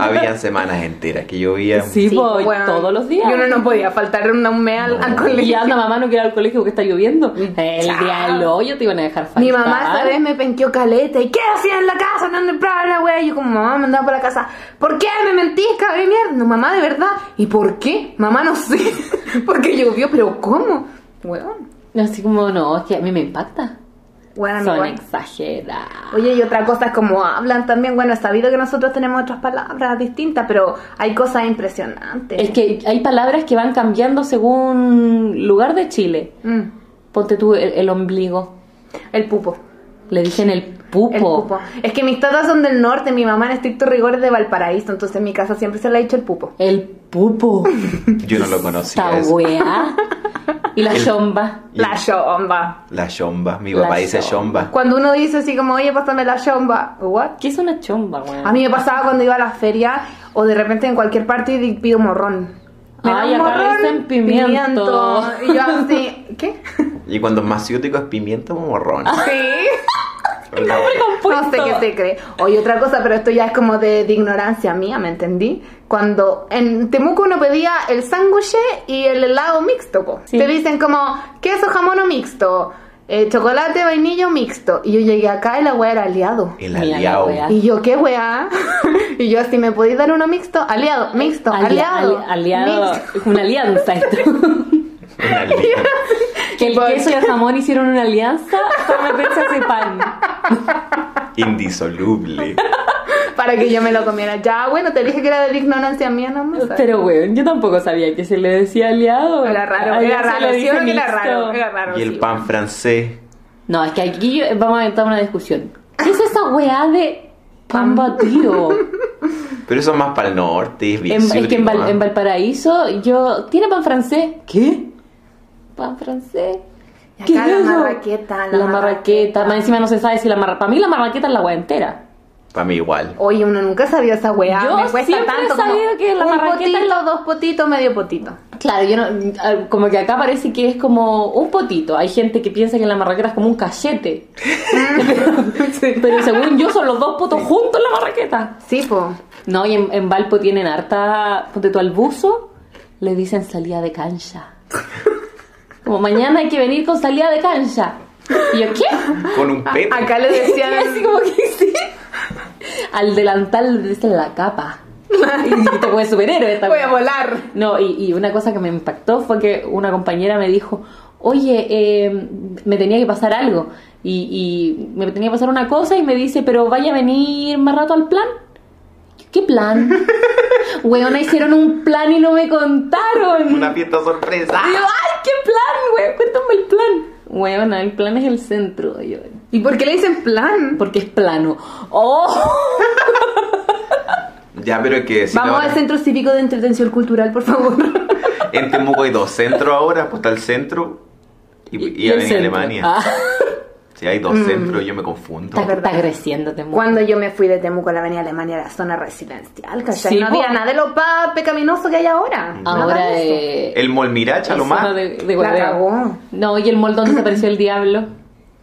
Speaker 5: Habían semanas enteras que llovía.
Speaker 3: Sí, voy todos los días.
Speaker 4: pues, Y uno no podía faltar una humea al, al
Speaker 5: No.
Speaker 3: Y
Speaker 4: colegio.
Speaker 3: anda, mamá, no quiero ir al colegio que está lloviendo. El día del hoyo te iban a dejar faltar.
Speaker 4: Mi mamá esa vez me penqueó caleta y ¿qué hacía en la casa? No me la wea. Y yo como mamá me andaba para la casa. ¿Por qué me mentís, cabrón de mierda? No, mamá, de verdad. ¿Y por qué? Mamá no sé. Porque llovió, pero ¿cómo? Weón.
Speaker 3: Así como, no, es que a mí me impacta.
Speaker 4: Weón,
Speaker 3: Son
Speaker 4: igual.
Speaker 3: exageradas.
Speaker 4: Oye, y otra cosa es como hablan también. Bueno, es sabido que nosotros tenemos otras palabras distintas, pero hay cosas impresionantes.
Speaker 3: Es que hay palabras que van cambiando según lugar de Chile.
Speaker 4: Mm.
Speaker 3: Ponte tú el, el ombligo.
Speaker 4: El pupo.
Speaker 3: Le dicen el
Speaker 4: El pupo. Es que mis tatas son del norte, mi mamá en estricto rigor es de Valparaíso, entonces en mi casa siempre se le ha dicho el pupo.
Speaker 3: El pupo.
Speaker 5: Yo no lo conocía.
Speaker 3: Esta
Speaker 5: eso.
Speaker 3: weá. Y la
Speaker 5: El-
Speaker 3: chomba.
Speaker 5: Y-
Speaker 4: La chomba.
Speaker 5: La chomba. Mi
Speaker 3: La
Speaker 5: papá dice
Speaker 3: chomba.
Speaker 5: chomba.
Speaker 4: Cuando uno dice así como, oye, pásame la chomba, ¿what?
Speaker 3: ¿Qué es una chomba, weá?
Speaker 4: A mí me pasaba cuando iba a la feria o de repente en cualquier parte y pido morrón. Me da
Speaker 3: Ay,
Speaker 4: un
Speaker 3: acá dicen pimiento.
Speaker 4: Y yo así, ¿qué?
Speaker 5: Y cuando es maciótico es pimiento morrón.
Speaker 4: Sí.
Speaker 3: compuesto.
Speaker 4: No sé qué se cree. Oye, otra cosa, pero esto ya es como de, de ignorancia mía, ¿me entendí? Cuando en Temuco uno pedía el sándwich y el helado mixto, po.
Speaker 3: Sí.
Speaker 4: Te dicen como queso jamón o mixto, eh, chocolate vainillo mixto. Y yo llegué acá y la wea era aliado.
Speaker 5: El
Speaker 3: Mira la
Speaker 5: aliado.
Speaker 3: wea.
Speaker 4: Y yo, ¿qué weá? y yo, si me podéis dar uno mixto, aliado, mixto,
Speaker 3: Ali-
Speaker 4: aliado.
Speaker 3: ali- aliado.
Speaker 4: mixto.
Speaker 3: Una alianza esto.
Speaker 5: Un aliado.
Speaker 3: que el
Speaker 4: Por-
Speaker 3: queso y el jamón hicieron una alianza para meterse ese pan.
Speaker 5: Indisoluble.
Speaker 4: Para que yo me lo comiera. Ya, bueno, te dije que era de la ignorancia mía nomás. ¿sabes?
Speaker 3: Pero weón, yo tampoco sabía que se le decía aliado.
Speaker 4: Era raro,
Speaker 3: Allá
Speaker 4: era
Speaker 3: se le
Speaker 4: raro, sí,
Speaker 3: dice
Speaker 4: o no que era
Speaker 3: mixto.
Speaker 4: raro, era raro. sí.
Speaker 5: Y el pan francés.
Speaker 3: No, es que aquí yo- vamos a aventar una discusión. ¿Qué es esa weá de pan batido?
Speaker 5: Pero eso es más para el norte. Es,
Speaker 3: En- es que en,
Speaker 5: ah.
Speaker 3: Val- en Valparaíso yo... ¿Tiene pan francés? ¿Qué? ¿Pan francés?
Speaker 4: Y
Speaker 3: ¿Qué
Speaker 4: acá la
Speaker 3: es eso?
Speaker 4: marraqueta, la
Speaker 3: La marraqueta. Más encima no se sabe si la marraqueta... Para mí la marraqueta es la weá entera.
Speaker 5: Para mí igual.
Speaker 4: Oye, uno nunca sabía esa weá.
Speaker 3: Yo
Speaker 4: me cuesta
Speaker 3: siempre he
Speaker 4: tanto.
Speaker 3: sabido
Speaker 4: como
Speaker 3: que la
Speaker 4: un
Speaker 3: marraqueta es
Speaker 4: potito,
Speaker 3: la-
Speaker 4: dos potitos, medio potito.
Speaker 3: Claro, yo no, ah, como que acá parece que es como un potito. Hay gente que piensa que la marraqueta es como un cachete. Pero según yo son los dos potos juntos la marraqueta.
Speaker 4: Sí, po.
Speaker 3: No, y en, en Valpo tienen harta, ponte tú al buzo, le dicen salida de cancha. Como mañana hay que venir con salida de cancha. Y yo, ¿qué?
Speaker 5: Con un pepe.
Speaker 4: Ah, Acá le
Speaker 3: Y
Speaker 4: decían.
Speaker 3: así como que sí. Al delantal le dicen la capa. Y te puedes superhéroe esta
Speaker 4: Voy a
Speaker 3: wea.
Speaker 4: volar.
Speaker 3: No, y, y una cosa que me impactó fue que una compañera me dijo, oye, eh, me tenía que pasar algo. Y, y me tenía que pasar una cosa y me dice, pero vaya a venir más rato al plan. ¿Qué plan? Weona, hicieron un plan y no me contaron.
Speaker 5: Una fiesta sorpresa.
Speaker 3: Y yo, ¡ay, qué plan, weón! Cuéntame el plan. Weona, el plan es el centro. Y yo,
Speaker 4: ¿Y por qué le dicen plan?
Speaker 3: porque es plano. ¡Oh!
Speaker 5: Ya, pero es que si
Speaker 4: Vamos
Speaker 5: no,
Speaker 4: al centro cívico de entretención cultural, por favor.
Speaker 5: En Temuco hay dos centros ahora, pues está el centro y, y, Avenida
Speaker 3: el centro.
Speaker 5: Alemania.
Speaker 3: Ah.
Speaker 5: Si hay dos centros, yo me confundo.
Speaker 4: Está verdad.
Speaker 3: Está creciendo, te
Speaker 4: Cuando yo me fui de Temuco a la Avenida Alemania, la zona residencial, ¿cachai?
Speaker 3: Sí,
Speaker 4: no había
Speaker 3: po.
Speaker 4: nada de lo pa pecaminoso que hay ahora. Nada
Speaker 3: Ahora eh,
Speaker 4: de eso.
Speaker 3: de.
Speaker 5: El Molmiracha, lo
Speaker 3: la zona
Speaker 5: más.
Speaker 3: De, de
Speaker 4: La
Speaker 3: guardeo.
Speaker 4: cagó.
Speaker 3: No, y el mall donde se apareció el diablo.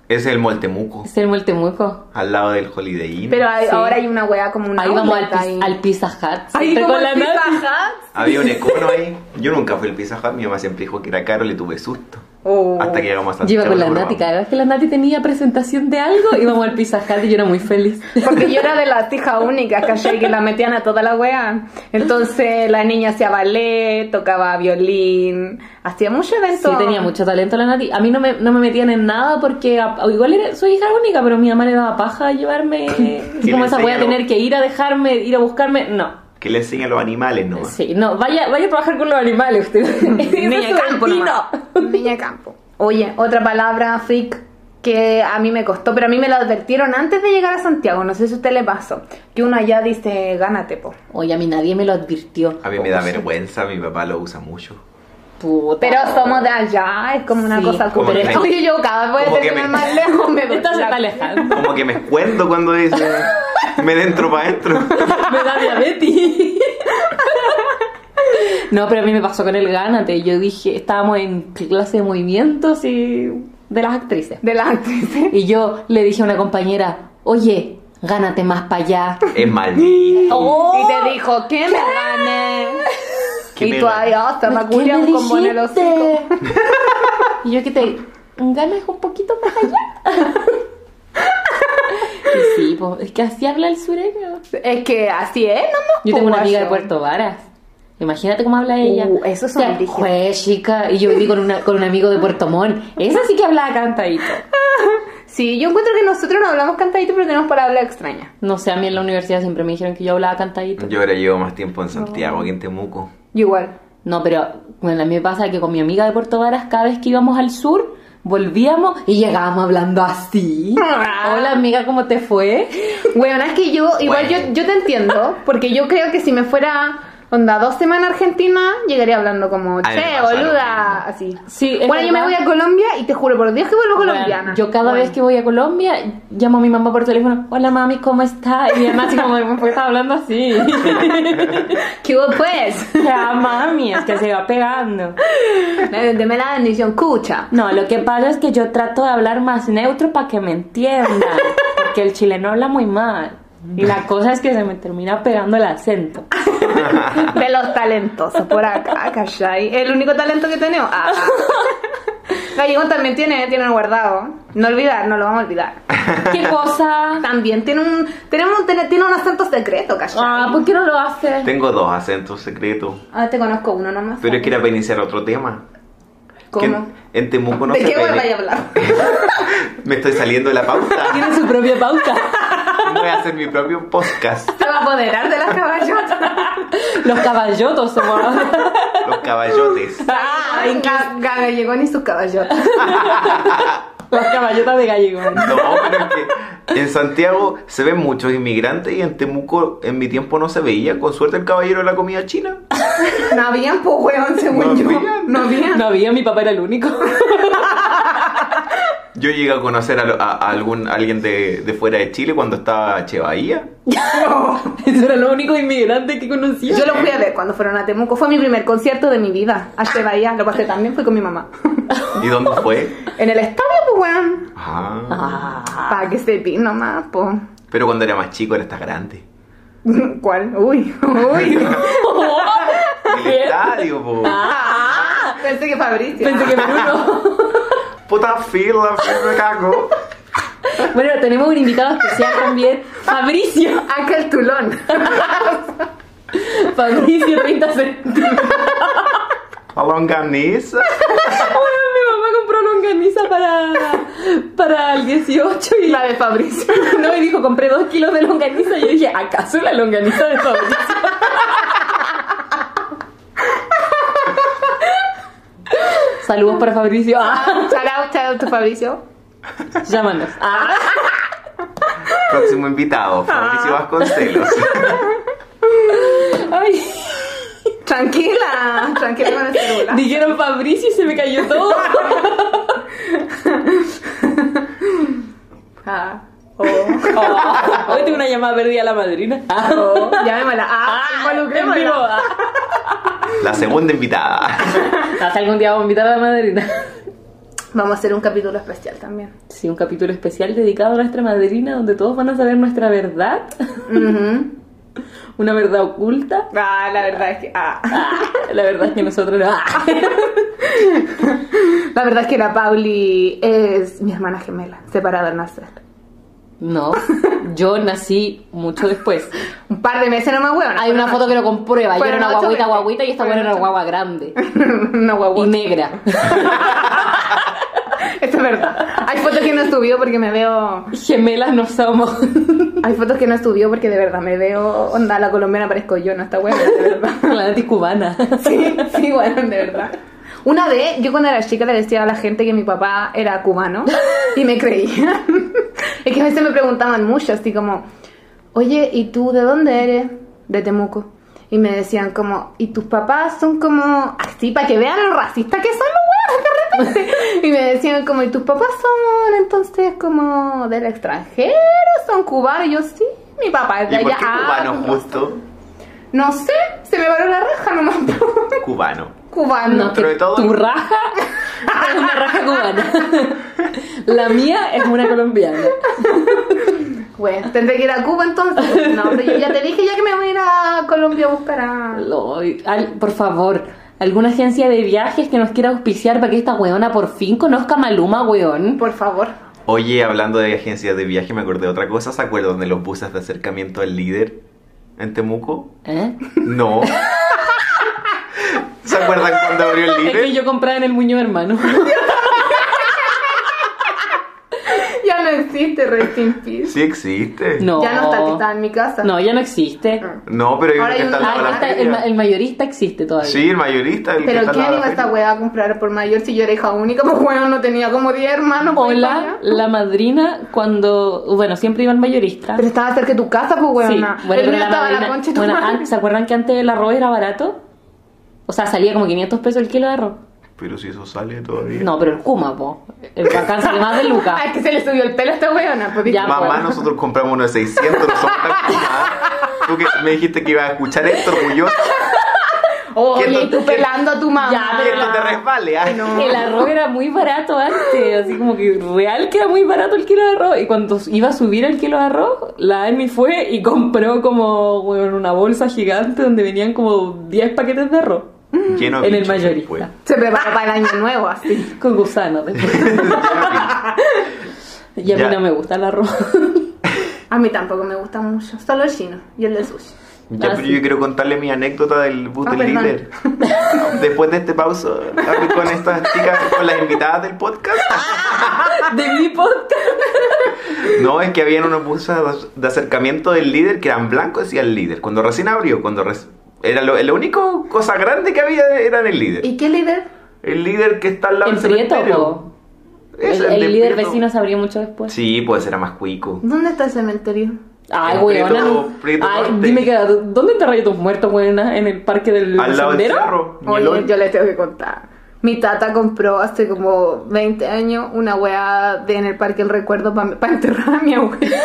Speaker 5: Es el Moltemuco,
Speaker 3: Es el mall Temuco.
Speaker 5: al lado del Holiday Inn.
Speaker 4: Pero hay-
Speaker 3: Sí.
Speaker 4: ahora hay una weá como una.
Speaker 3: Ahí vamos al, piz- al Pizza Hut.
Speaker 4: Ahí
Speaker 3: Siempre
Speaker 4: como el
Speaker 3: Nati.
Speaker 4: Pizza Hut.
Speaker 5: Había un econo ahí. Yo nunca fui al Pizza Hut, mi mamá siempre dijo que era caro, le tuve susto.
Speaker 4: Oh.
Speaker 5: Hasta que llegamos a
Speaker 3: Yo
Speaker 5: Santiago.
Speaker 3: iba con la
Speaker 5: nos
Speaker 3: Nati,
Speaker 5: probamos.
Speaker 3: cada vez que la Nati tenía presentación de algo, íbamos al Pizza Hut y yo era muy feliz.
Speaker 4: Porque yo era de las hijas únicas, ¿cachai? Que la metían a toda la wea. Entonces la niña hacía ballet, tocaba violín, hacía mucho
Speaker 3: Sí,
Speaker 4: evento.
Speaker 3: tenía mucho talento la Nati. A mí no me, no me metían en nada porque a- a- igual era- soy hija única, pero mi mamá le daba paja a llevarme. así
Speaker 5: le
Speaker 3: como esa voy a
Speaker 5: enseñaron.
Speaker 3: tener que ir a dejarme, ir a buscarme. No.
Speaker 5: Que le enseñan los animales nomás.
Speaker 3: Sí, no, vaya, vaya a trabajar con los animales usted. Ese es
Speaker 4: Niña de
Speaker 3: su
Speaker 4: campo,
Speaker 3: destino.
Speaker 4: nomás. Niña de campo. Oye, otra palabra, freak, que a mí me costó, pero a mí me lo advirtieron antes de llegar a Santiago. No sé si a usted le pasó. Que uno allá dice, gánate, po.
Speaker 3: Oye, a mí nadie me lo advirtió.
Speaker 5: A mí me da vergüenza, mi papá lo usa mucho.
Speaker 3: Puta.
Speaker 4: Pero somos de allá, es como una
Speaker 3: Sí.
Speaker 4: cosa
Speaker 5: Como
Speaker 4: cool.
Speaker 5: que-
Speaker 4: Oye, yo cada vez
Speaker 5: como
Speaker 4: de
Speaker 5: que me-
Speaker 4: tener más lejos me doy
Speaker 3: Esta se
Speaker 4: la-
Speaker 3: está alejando.
Speaker 5: Como que me escuento cuando dice me dentro para adentro.
Speaker 3: me da diabetes. No, pero a mí me pasó con el gánate. Yo dije, estábamos en clase de movimientos y de las actrices.
Speaker 4: De las actrices.
Speaker 3: Y yo le dije a una compañera, oye, gánate más para allá.
Speaker 5: Es maldito.
Speaker 4: Y
Speaker 3: Oh,
Speaker 4: te dijo, ¿qué me gané?
Speaker 5: ¿Qué
Speaker 4: y
Speaker 5: me
Speaker 4: tú
Speaker 5: gané?
Speaker 4: ahí, hasta me
Speaker 3: ¿Qué me
Speaker 4: culian con poner los
Speaker 3: dijiste? Y yo que te ganas un poquito más allá. Y sí, po, es que así habla el sureño.
Speaker 4: Es que así es, no más
Speaker 3: Yo tengo una amiga de
Speaker 4: guayo.
Speaker 3: Puerto Varas. Imagínate cómo habla ella.
Speaker 4: Uh, esos son brígidos.
Speaker 3: Pues, chica. Y yo viví con, una, con un amigo de Puerto Montt. Esa sí que hablaba cantadito.
Speaker 4: Sí, yo encuentro que nosotros no hablamos cantadito, pero tenemos palabras extrañas.
Speaker 3: No sé, a mí en la universidad siempre me dijeron que yo hablaba cantadito.
Speaker 5: Yo ahora llevo más tiempo en Santiago que en Temuco.
Speaker 4: Yo igual.
Speaker 3: No, pero bueno, a mí me pasa que con mi amiga de Puerto Varas, cada vez que íbamos al sur, volvíamos y llegábamos hablando así.
Speaker 4: Ah.
Speaker 3: Hola, amiga, ¿cómo te fue?
Speaker 4: Bueno, es que yo, igual
Speaker 5: Bueno.
Speaker 4: yo, yo te entiendo, porque yo creo que si me fuera, onda, dos semanas a Argentina, llegaría hablando como,
Speaker 5: A mí me
Speaker 4: che,
Speaker 5: pasa lo
Speaker 4: boluda,
Speaker 5: mismo.
Speaker 4: así.
Speaker 3: Sí, es
Speaker 4: bueno, yo me
Speaker 3: verdad.
Speaker 4: voy a Colombia y te juro por Dios que vuelvo
Speaker 3: Bueno,
Speaker 4: colombiana.
Speaker 3: yo cada
Speaker 4: Bueno.
Speaker 3: vez que voy a Colombia llamo a mi mamá por teléfono, hola mami, ¿cómo estás? Y mi mamá así como, ¿por qué estás hablando así?
Speaker 4: ¿Qué hubo, pues?
Speaker 3: Ya, mami, es que se va pegando.
Speaker 4: Me- Deme la bendición, cucha.
Speaker 3: No, lo que pasa es que yo trato de hablar más neutro para que me entiendan, porque el chileno habla muy mal. Y la cosa es que se me termina pegando el acento.
Speaker 4: De los talentosos por acá, ¿cachai? El único talento que tenemos. Ah. Gallego también tiene, tiene un guardado. No olvidar, no lo vamos a olvidar.
Speaker 3: ¿Qué cosa?
Speaker 4: También tiene un, tenemos, un- tiene, tiene un acento secreto, ¿cachai?
Speaker 3: Ah, ¿por qué no lo hace?
Speaker 5: Tengo dos acentos secretos.
Speaker 4: Ah, te conozco uno nomás.
Speaker 5: Pero es que era para iniciar otro tema. Que
Speaker 4: ¿Cómo?
Speaker 5: en, en Temuco no
Speaker 4: ¿De
Speaker 5: se
Speaker 4: qué
Speaker 5: pene-
Speaker 4: vuelva a hablar?
Speaker 5: Me estoy saliendo de la pauta.
Speaker 3: Tiene su propia pauta.
Speaker 5: Voy a hacer mi propio podcast.
Speaker 4: Se va a apoderar de las caballotas.
Speaker 3: Los caballotos somos.
Speaker 5: Los caballotes.
Speaker 4: Ah, Ga- Ga- Gallego ni sus caballotas.
Speaker 3: Los caballotas de gallego.
Speaker 5: No, pero es que en Santiago se ven muchos inmigrantes y en Temuco en mi tiempo no se veía. Con suerte el caballero de la comida china.
Speaker 4: No habían, pues, weón, según
Speaker 5: No
Speaker 4: yo.
Speaker 5: habían.
Speaker 4: No habían.
Speaker 3: No había, mi papá era el único.
Speaker 5: Yo llegué a conocer a, lo- a- a algún, alguien de, de fuera de Chile cuando estaba Che Bahía.
Speaker 3: Eso era lo único inmigrante que conocía.
Speaker 4: Yo lo fui a ver cuando fueron a Temuco. Fue mi primer concierto de mi vida. Hasta Bahía. Lo pasé también, fui con mi mamá.
Speaker 5: ¿Y dónde fue?
Speaker 4: En el estadio, pues, weón.
Speaker 5: Ah.
Speaker 3: Ah,
Speaker 4: Para que se pi nomás, pues.
Speaker 5: Pero cuando era más chico, ahora está grande.
Speaker 4: ¿Cuál? Uy, uy.
Speaker 5: El estadio, po.
Speaker 4: Ah, pensé que Fabricio.
Speaker 3: pensé que Bruno.
Speaker 5: Puta fila, me cago.
Speaker 3: Bueno, tenemos un invitado especial también, Fabricio.
Speaker 4: Ángel Tulón.
Speaker 3: Fabricio 30 centavos.
Speaker 5: A longaniza.
Speaker 3: Mi mamá compró longaniza para, para el 18 y
Speaker 4: La de Fabricio.
Speaker 3: No, y dijo, compré dos kilos de longaniza. Y yo dije, ¿acaso la longaniza de Fabricio? Saludos para Fabricio. Ah,
Speaker 4: Shout out, shout out to Fabricio.
Speaker 3: llámanos. Ah,
Speaker 5: Próximo invitado, Fabricio Vasconcelos.
Speaker 3: ay.
Speaker 4: Tranquila, tranquila con el celular.
Speaker 3: Dijeron Fabricio y se me cayó todo.
Speaker 4: Ah. Oh.
Speaker 3: Hoy tengo una llamada perdida a la madrina.
Speaker 4: Oh, llamémosla. Ah,
Speaker 3: Ah, en vivo.
Speaker 4: involucrémosla.
Speaker 5: La segunda invitada.
Speaker 3: Hasta algún día voy a invitar a la madrina.
Speaker 4: Vamos a hacer un capítulo especial también.
Speaker 3: Sí, un capítulo especial dedicado a nuestra madrina donde todos van a saber nuestra verdad,
Speaker 4: Ujú.
Speaker 3: una verdad oculta.
Speaker 4: Ah, la verdad es que. ah.
Speaker 3: Ah, la verdad es que nosotros no. Ah.
Speaker 4: La verdad es que la Pauli es mi hermana gemela, separada al nacer.
Speaker 3: No, yo nací mucho después.
Speaker 4: Un par de meses nomás, weón.
Speaker 3: Hay una foto que lo comprueba. Yo era
Speaker 4: Fueron
Speaker 3: una
Speaker 4: ocho meses.
Speaker 3: guaguita guaguita y esta buena
Speaker 4: Fueron
Speaker 3: era una
Speaker 4: ocho
Speaker 3: guagua grande
Speaker 4: eh, una
Speaker 3: y
Speaker 4: guagua.
Speaker 3: negra.
Speaker 4: Esto es verdad. Hay fotos que no subió porque me veo.
Speaker 3: Gemelas no somos.
Speaker 4: Hay fotos que no subió porque de verdad me veo. Onda, la colombiana parezco yo, no está buena, de verdad.
Speaker 3: La nati cubana.
Speaker 4: Sí, sí, bueno, de verdad. Una vez, yo cuando era chica le decía a la gente que mi papá era cubano y me creían. Es que a veces me preguntaban mucho, así como, oye, ¿y tú de dónde eres? De Temuco. Y me decían como, ¿y tus papás son como así para que vean lo racistas que son los huevos de repente? Y me decían como, ¿y tus papás son entonces como del extranjero? ¿Son cubanos? Y yo sí, mi papá es de
Speaker 5: ¿Y por
Speaker 4: allá.
Speaker 5: qué
Speaker 4: Ah,
Speaker 5: cubano
Speaker 4: no.
Speaker 5: justo?
Speaker 4: No sé, se me paró la raja nomás.
Speaker 5: Cubano.
Speaker 4: Cubano.
Speaker 3: No, que
Speaker 5: Dentro de todo-
Speaker 3: tu raja es una raja cubana. La mía es una colombiana.
Speaker 4: Bueno, tendré que ir a Cuba entonces. No, pero yo ya te dije ya que me voy a ir a Colombia a buscar a.
Speaker 3: Lo- al- por favor, alguna agencia de viajes que nos quiera auspiciar para que esta weona por fin conozca a Maluma, weón.
Speaker 4: Por favor.
Speaker 5: Oye, hablando de agencias de viaje, me acordé de otra cosa. ¿Se acuerdan de los buses de acercamiento al líder en Temuco?
Speaker 3: ¿Eh?
Speaker 5: No. ¿Se acuerdan cuando abrió el
Speaker 3: Es
Speaker 5: líder?
Speaker 3: que yo compraba en el Muñoz Hermano.
Speaker 4: Ya no existe Rest in Peace.
Speaker 5: Sí existe.
Speaker 3: No.
Speaker 4: Ya no está que estaba en mi casa.
Speaker 3: No, ya no existe.
Speaker 4: Mm.
Speaker 5: No, pero hay
Speaker 4: Ahora hay
Speaker 5: uno que está
Speaker 4: un-
Speaker 5: al lado de
Speaker 3: Ah,
Speaker 5: la
Speaker 3: está- el,
Speaker 5: feria.
Speaker 3: ma- el mayorista existe todavía.
Speaker 5: Sí, el mayorista. El que
Speaker 4: Pero
Speaker 5: está al
Speaker 4: ¿quién
Speaker 5: lado de
Speaker 4: iba
Speaker 5: la
Speaker 4: a esta
Speaker 5: feria.
Speaker 4: wea a comprar por mayor si yo era hija única? Pues bueno, no tenía como 10 hermanos. pues,
Speaker 3: Hola,
Speaker 4: para allá.
Speaker 3: la madrina cuando, bueno, siempre iba al mayorista.
Speaker 4: Pero estaba cerca de tu casa, pues
Speaker 3: Sí,
Speaker 4: weona.
Speaker 3: bueno,
Speaker 4: el
Speaker 3: pero
Speaker 4: mío
Speaker 3: la
Speaker 4: estaba en la
Speaker 3: madrina-
Speaker 4: concha de tu
Speaker 3: bueno,
Speaker 4: madre.
Speaker 3: antes, ¿se acuerdan que antes el arroz era barato? O sea, salía como 500 pesos el kilo de arroz.
Speaker 5: Pero si eso sale todavía.
Speaker 3: No, pero el Kuma, po. El bacán sale más de
Speaker 4: Ah,
Speaker 3: Lucas.
Speaker 4: es que se le subió el pelo a esta weona. Pues,
Speaker 3: Ya,
Speaker 4: dije,
Speaker 5: Mamá,
Speaker 3: bueno.
Speaker 5: nosotros compramos uno de 600, no somos tan fumadas. Tú que me dijiste que iba a escuchar esto orgulloso.
Speaker 4: Oye,
Speaker 5: ¿Quién
Speaker 4: y tú
Speaker 5: no-
Speaker 4: pelando a tu mamá.
Speaker 3: Ya,
Speaker 5: Que esto te resbale. ah. ay.
Speaker 3: Ah, El arroz era muy barato antes, así como que real que era muy barato el kilo de arroz. Y cuando iba a subir el kilo de arroz, la Amy fue y compró como bueno, una bolsa gigante donde venían como 10 paquetes de arroz
Speaker 5: Lleno de
Speaker 3: en el
Speaker 5: bichos pues.
Speaker 3: mayorista.
Speaker 5: después.
Speaker 4: Se preparó para el año nuevo, así.
Speaker 3: Con gusanos después.
Speaker 5: Lleno de bichos.
Speaker 3: Y a
Speaker 5: Ya.
Speaker 3: mí no me gusta el arroz.
Speaker 4: A mí tampoco me gusta mucho, solo el chino y el de sushi.
Speaker 5: Ya,
Speaker 3: Ah,
Speaker 5: pero
Speaker 3: sí.
Speaker 5: yo quiero contarle mi anécdota del bus
Speaker 4: Ah,
Speaker 5: del
Speaker 4: perdón.
Speaker 5: líder. Después de este pauso, hablo con estas chicas, con las invitadas del podcast.
Speaker 3: Ah. De mi podcast.
Speaker 5: No, es que habían unos buses de acercamiento del líder que eran blancos y al líder. Cuando recién abrió, cuando reci- era lo, la única cosa grande que había era en el líder.
Speaker 4: ¿Y qué líder?
Speaker 5: El líder que está al lado
Speaker 3: En
Speaker 5: del
Speaker 3: Prieto,
Speaker 5: cementerio.
Speaker 3: po.
Speaker 5: Es
Speaker 3: El, el
Speaker 5: de
Speaker 3: líder
Speaker 5: Prieto.
Speaker 3: vecino se abrió mucho después.
Speaker 5: Sí, pues era más cuico.
Speaker 4: ¿Dónde está el cementerio?
Speaker 3: Ay,
Speaker 5: En Prieto-
Speaker 3: weona.
Speaker 5: Prieto
Speaker 3: Ay,
Speaker 5: Norte.
Speaker 3: dime que ¿dónde te rayas tus muertos, weona? ¿En el parque del
Speaker 5: Al lado del
Speaker 3: sendero?
Speaker 5: cerro. ni el
Speaker 4: Oye,
Speaker 5: hoyo.
Speaker 4: yo les tengo que contar. Mi tata compró hace como 20 años una weá de en el parque El Recuerdo para enterrar a mi abuela.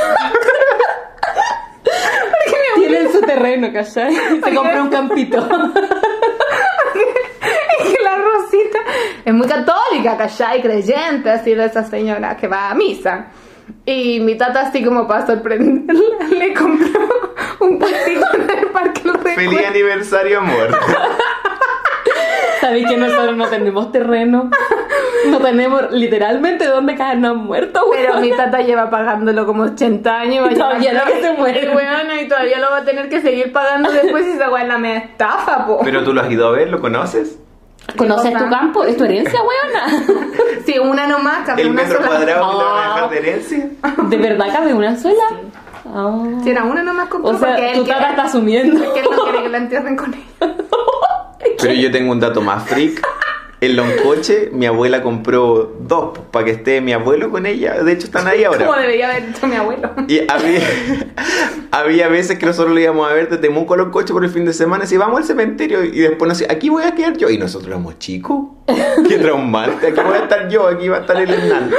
Speaker 3: Tienen su terreno, ¿cachai? Se compró un campito.
Speaker 4: Es que la Rosita es muy católica, ¿cachai? Creyente, así de esa señora que va a misa. Y mi tata, así como para sorprenderla, le compró un puestito en el parque El Recuerdo.
Speaker 5: Feliz aniversario, amor.
Speaker 3: Sabéis que nosotros no tenemos terreno. No tenemos literalmente dónde caernos muertos, weona.
Speaker 4: Pero mi tata lleva pagándolo como 80 años. va
Speaker 3: Y todavía
Speaker 4: llevando-
Speaker 3: no se muere.
Speaker 4: Eh, weona, y todavía lo va a tener que seguir pagando después si esa weá es la media estafa, po.
Speaker 5: Pero tú lo has ido a ver, ¿lo conoces?
Speaker 3: ¿Conoces
Speaker 4: cosa?
Speaker 3: tu campo? ¿Es tu herencia, weona?
Speaker 4: Sí, una nomás, cabe
Speaker 5: El
Speaker 4: una
Speaker 5: metro
Speaker 4: sola.
Speaker 5: cuadrado que te van a
Speaker 3: Ah.
Speaker 5: dejar de herencia.
Speaker 3: ¿De verdad cabe una sola? Ah.
Speaker 4: Si era una nomás compró
Speaker 3: O
Speaker 4: porque
Speaker 3: sea,
Speaker 4: él,
Speaker 3: tu tata está
Speaker 4: quiere,
Speaker 3: asumiendo.
Speaker 4: porque él no quiere que la entierren con él.
Speaker 5: Pero yo tengo un dato más freak. En Loncoche, mi abuela compró dos para que esté mi abuelo con ella. De hecho, están ahí ahora.
Speaker 4: Como debería haber hecho mi abuelo.
Speaker 5: Y había, había veces que nosotros lo íbamos a ver desde Temuco a los coches por el fin de semana. Así, vamos al cementerio y después nos decía, aquí voy a quedar yo. Y nosotros éramos chicos. Qué traumante. Aquí voy a estar yo, aquí va a estar el Hernán.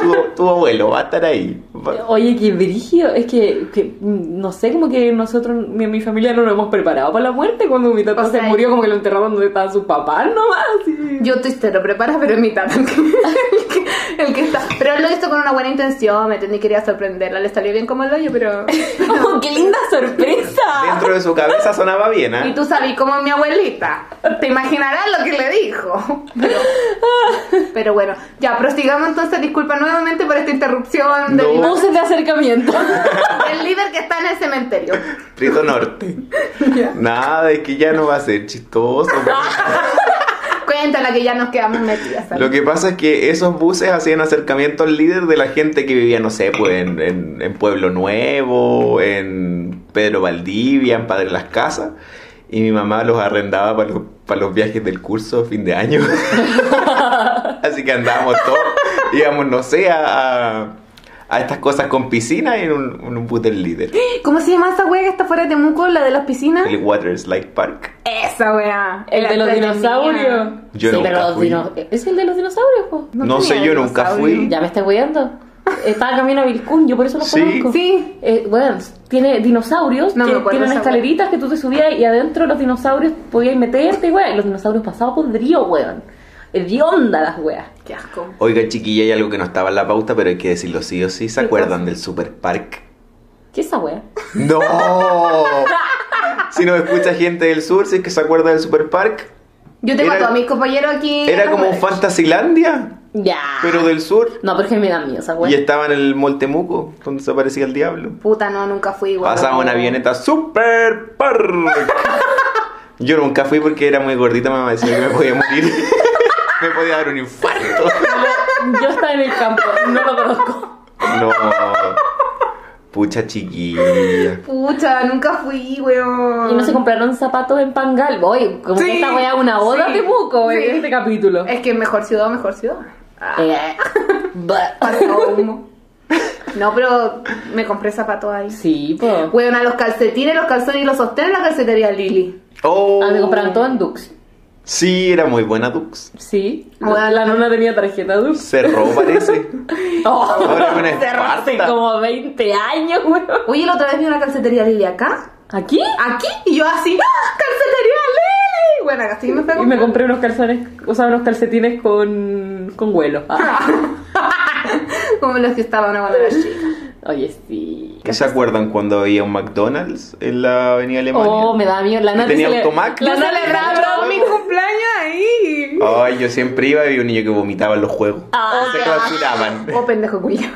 Speaker 5: Tu, tu abuelo va a estar ahí. Va-
Speaker 3: Oye, qué brígido, es que, que, mm, no sé, como que nosotros, mi, mi familia no nos hemos preparado para la muerte, cuando mi tata
Speaker 4: O
Speaker 3: se
Speaker 4: sea,
Speaker 3: murió como que lo enterraron donde estaban sus papás nomás. y-
Speaker 4: Yo te, te lo preparas, pero es mi tata el que, el que está. Pero él lo hizo con una buena intención, me entendí, quería sorprenderla. Le salió bien como el hoyo, pero.
Speaker 3: Oh, ¡Qué linda sorpresa!
Speaker 5: Dentro de su cabeza sonaba bien,
Speaker 4: Y
Speaker 5: ¿ah?
Speaker 4: tú sabes cómo es mi abuelita. Te imaginarás lo que le dijo. Pero, pero bueno, ya, prosigamos entonces. Disculpa nuevamente por esta interrupción del,
Speaker 5: No.
Speaker 3: Voces de acercamiento.
Speaker 4: del líder que está en el cementerio.
Speaker 5: Prito Norte. Nada, es que ya no va a ser chistoso.
Speaker 4: Cuéntala que ya nos quedamos metidas. ¿sabes?
Speaker 5: Lo que pasa es que esos buses hacían acercamientos al líder de la gente que vivía, no sé, pues en, en- en Pueblo Nuevo, en Pedro Valdivia, en Padre Las Casas. Y mi mamá los arrendaba para los, para los viajes del curso de fin de año. Así que andábamos todos, íbamos, no sé, a, a- a estas cosas con piscina en un, en un bus del líder.
Speaker 4: ¿Cómo se llama esa wea que está fuera de Temuco, la de las piscinas?
Speaker 5: El Water Slide Park.
Speaker 4: Esa wea.
Speaker 3: El de los
Speaker 4: Era
Speaker 3: dinosaurios.
Speaker 4: entretenida.
Speaker 5: Yo
Speaker 3: sí,
Speaker 5: nunca
Speaker 3: pero los
Speaker 5: fui.
Speaker 3: dino- ¿Es el de los dinosaurios, po?
Speaker 5: No,
Speaker 4: tenía
Speaker 5: sé, yo nunca
Speaker 4: dinosaurio.
Speaker 5: fui.
Speaker 3: Ya me estás weando. Estaba camino a Vilcún, yo por eso lo
Speaker 5: Sí.
Speaker 3: conozco.
Speaker 4: Sí.
Speaker 3: Eh, bueno, tiene dinosaurios,
Speaker 4: No me
Speaker 3: que
Speaker 4: acuerdo
Speaker 3: tienen
Speaker 4: esa
Speaker 3: escaleritas que tú te subías y adentro los dinosaurios podías meterte, weón. Y los dinosaurios pasados por río, weón. Hedionda las weas.
Speaker 4: Qué asco.
Speaker 5: Oiga, chiquilla, hay algo que no estaba en la pauta, pero hay que decirlo sí o sí. ¿Se acuerdan del Super Park?
Speaker 3: ¿Qué es esa wea?
Speaker 5: ¡No! si nos escucha gente del sur, si es que se acuerda del Super Park,
Speaker 4: Yo tengo
Speaker 5: Era-
Speaker 4: a todos mis compañeros aquí. en
Speaker 5: era
Speaker 4: la
Speaker 5: como un
Speaker 4: wea.
Speaker 5: Fantasylandia,
Speaker 3: Ya.
Speaker 5: pero del sur.
Speaker 3: No, porque me da miedo esa
Speaker 5: Y
Speaker 3: wea.
Speaker 5: estaba en el Moltemuco, donde se aparecía el diablo.
Speaker 4: Puta, no, nunca fui igual.
Speaker 5: Pasaba una avioneta Super Park. Yo nunca fui porque era muy gordita, mamá decía que me podía morir. me podía dar un infarto.
Speaker 3: Yo estaba en el campo, no lo conozco.
Speaker 5: No. Pucha chiquilla.
Speaker 4: Pucha, nunca fui, weón.
Speaker 3: Y no se compraron zapatos en Pangal. Oye, como
Speaker 4: Sí,
Speaker 3: que esta wea es una oda
Speaker 4: sí,
Speaker 3: de buco
Speaker 4: sí.
Speaker 3: en este capítulo.
Speaker 4: Es que mejor ciudad, mejor ciudad.
Speaker 3: Eh, bah.
Speaker 4: Pasó humo. No, pero me compré zapatos ahí.
Speaker 3: sí, po.
Speaker 4: Weón, a los calcetines, los calzones y los sostenes la calcetería Lili.
Speaker 5: Oh.
Speaker 3: Ah, me compraron todo en Dux.
Speaker 5: Sí, era muy buena Dux.
Speaker 3: Sí.
Speaker 4: Bueno.
Speaker 3: La, la nona tenía tarjeta Dux.
Speaker 5: Cerró, parece.
Speaker 3: Oh,
Speaker 5: Ahora es una
Speaker 3: cerró hace
Speaker 5: Esparta.
Speaker 3: como 20 años, weón.
Speaker 4: Oye, la otra vez vi una calcetería Lili acá.
Speaker 3: ¿Aquí?
Speaker 4: Aquí. Y yo así, ¡Ah, calcetería Lili. Bueno, así me fue a
Speaker 3: Y me
Speaker 4: comprar.
Speaker 3: compré unos calzones, o sea, unos calcetines con, con vuelo. Ah.
Speaker 4: Como los que estaban cuando era chica.
Speaker 3: Oye, sí.
Speaker 5: ¿Se acuerdan cuando había un McDonald's en la Avenida Alemania?
Speaker 3: Oh, me da miedo. La nana
Speaker 5: tenía
Speaker 3: se le-
Speaker 5: automac?
Speaker 3: La
Speaker 5: Yo
Speaker 3: nana le
Speaker 5: celebraba
Speaker 3: daba
Speaker 5: mi
Speaker 4: cumpleaños ahí.
Speaker 5: Ay, yo siempre iba y había un niño que vomitaba en los juegos.
Speaker 3: Ah.
Speaker 5: se clausuraban.
Speaker 4: Oh, pendejo cuyo.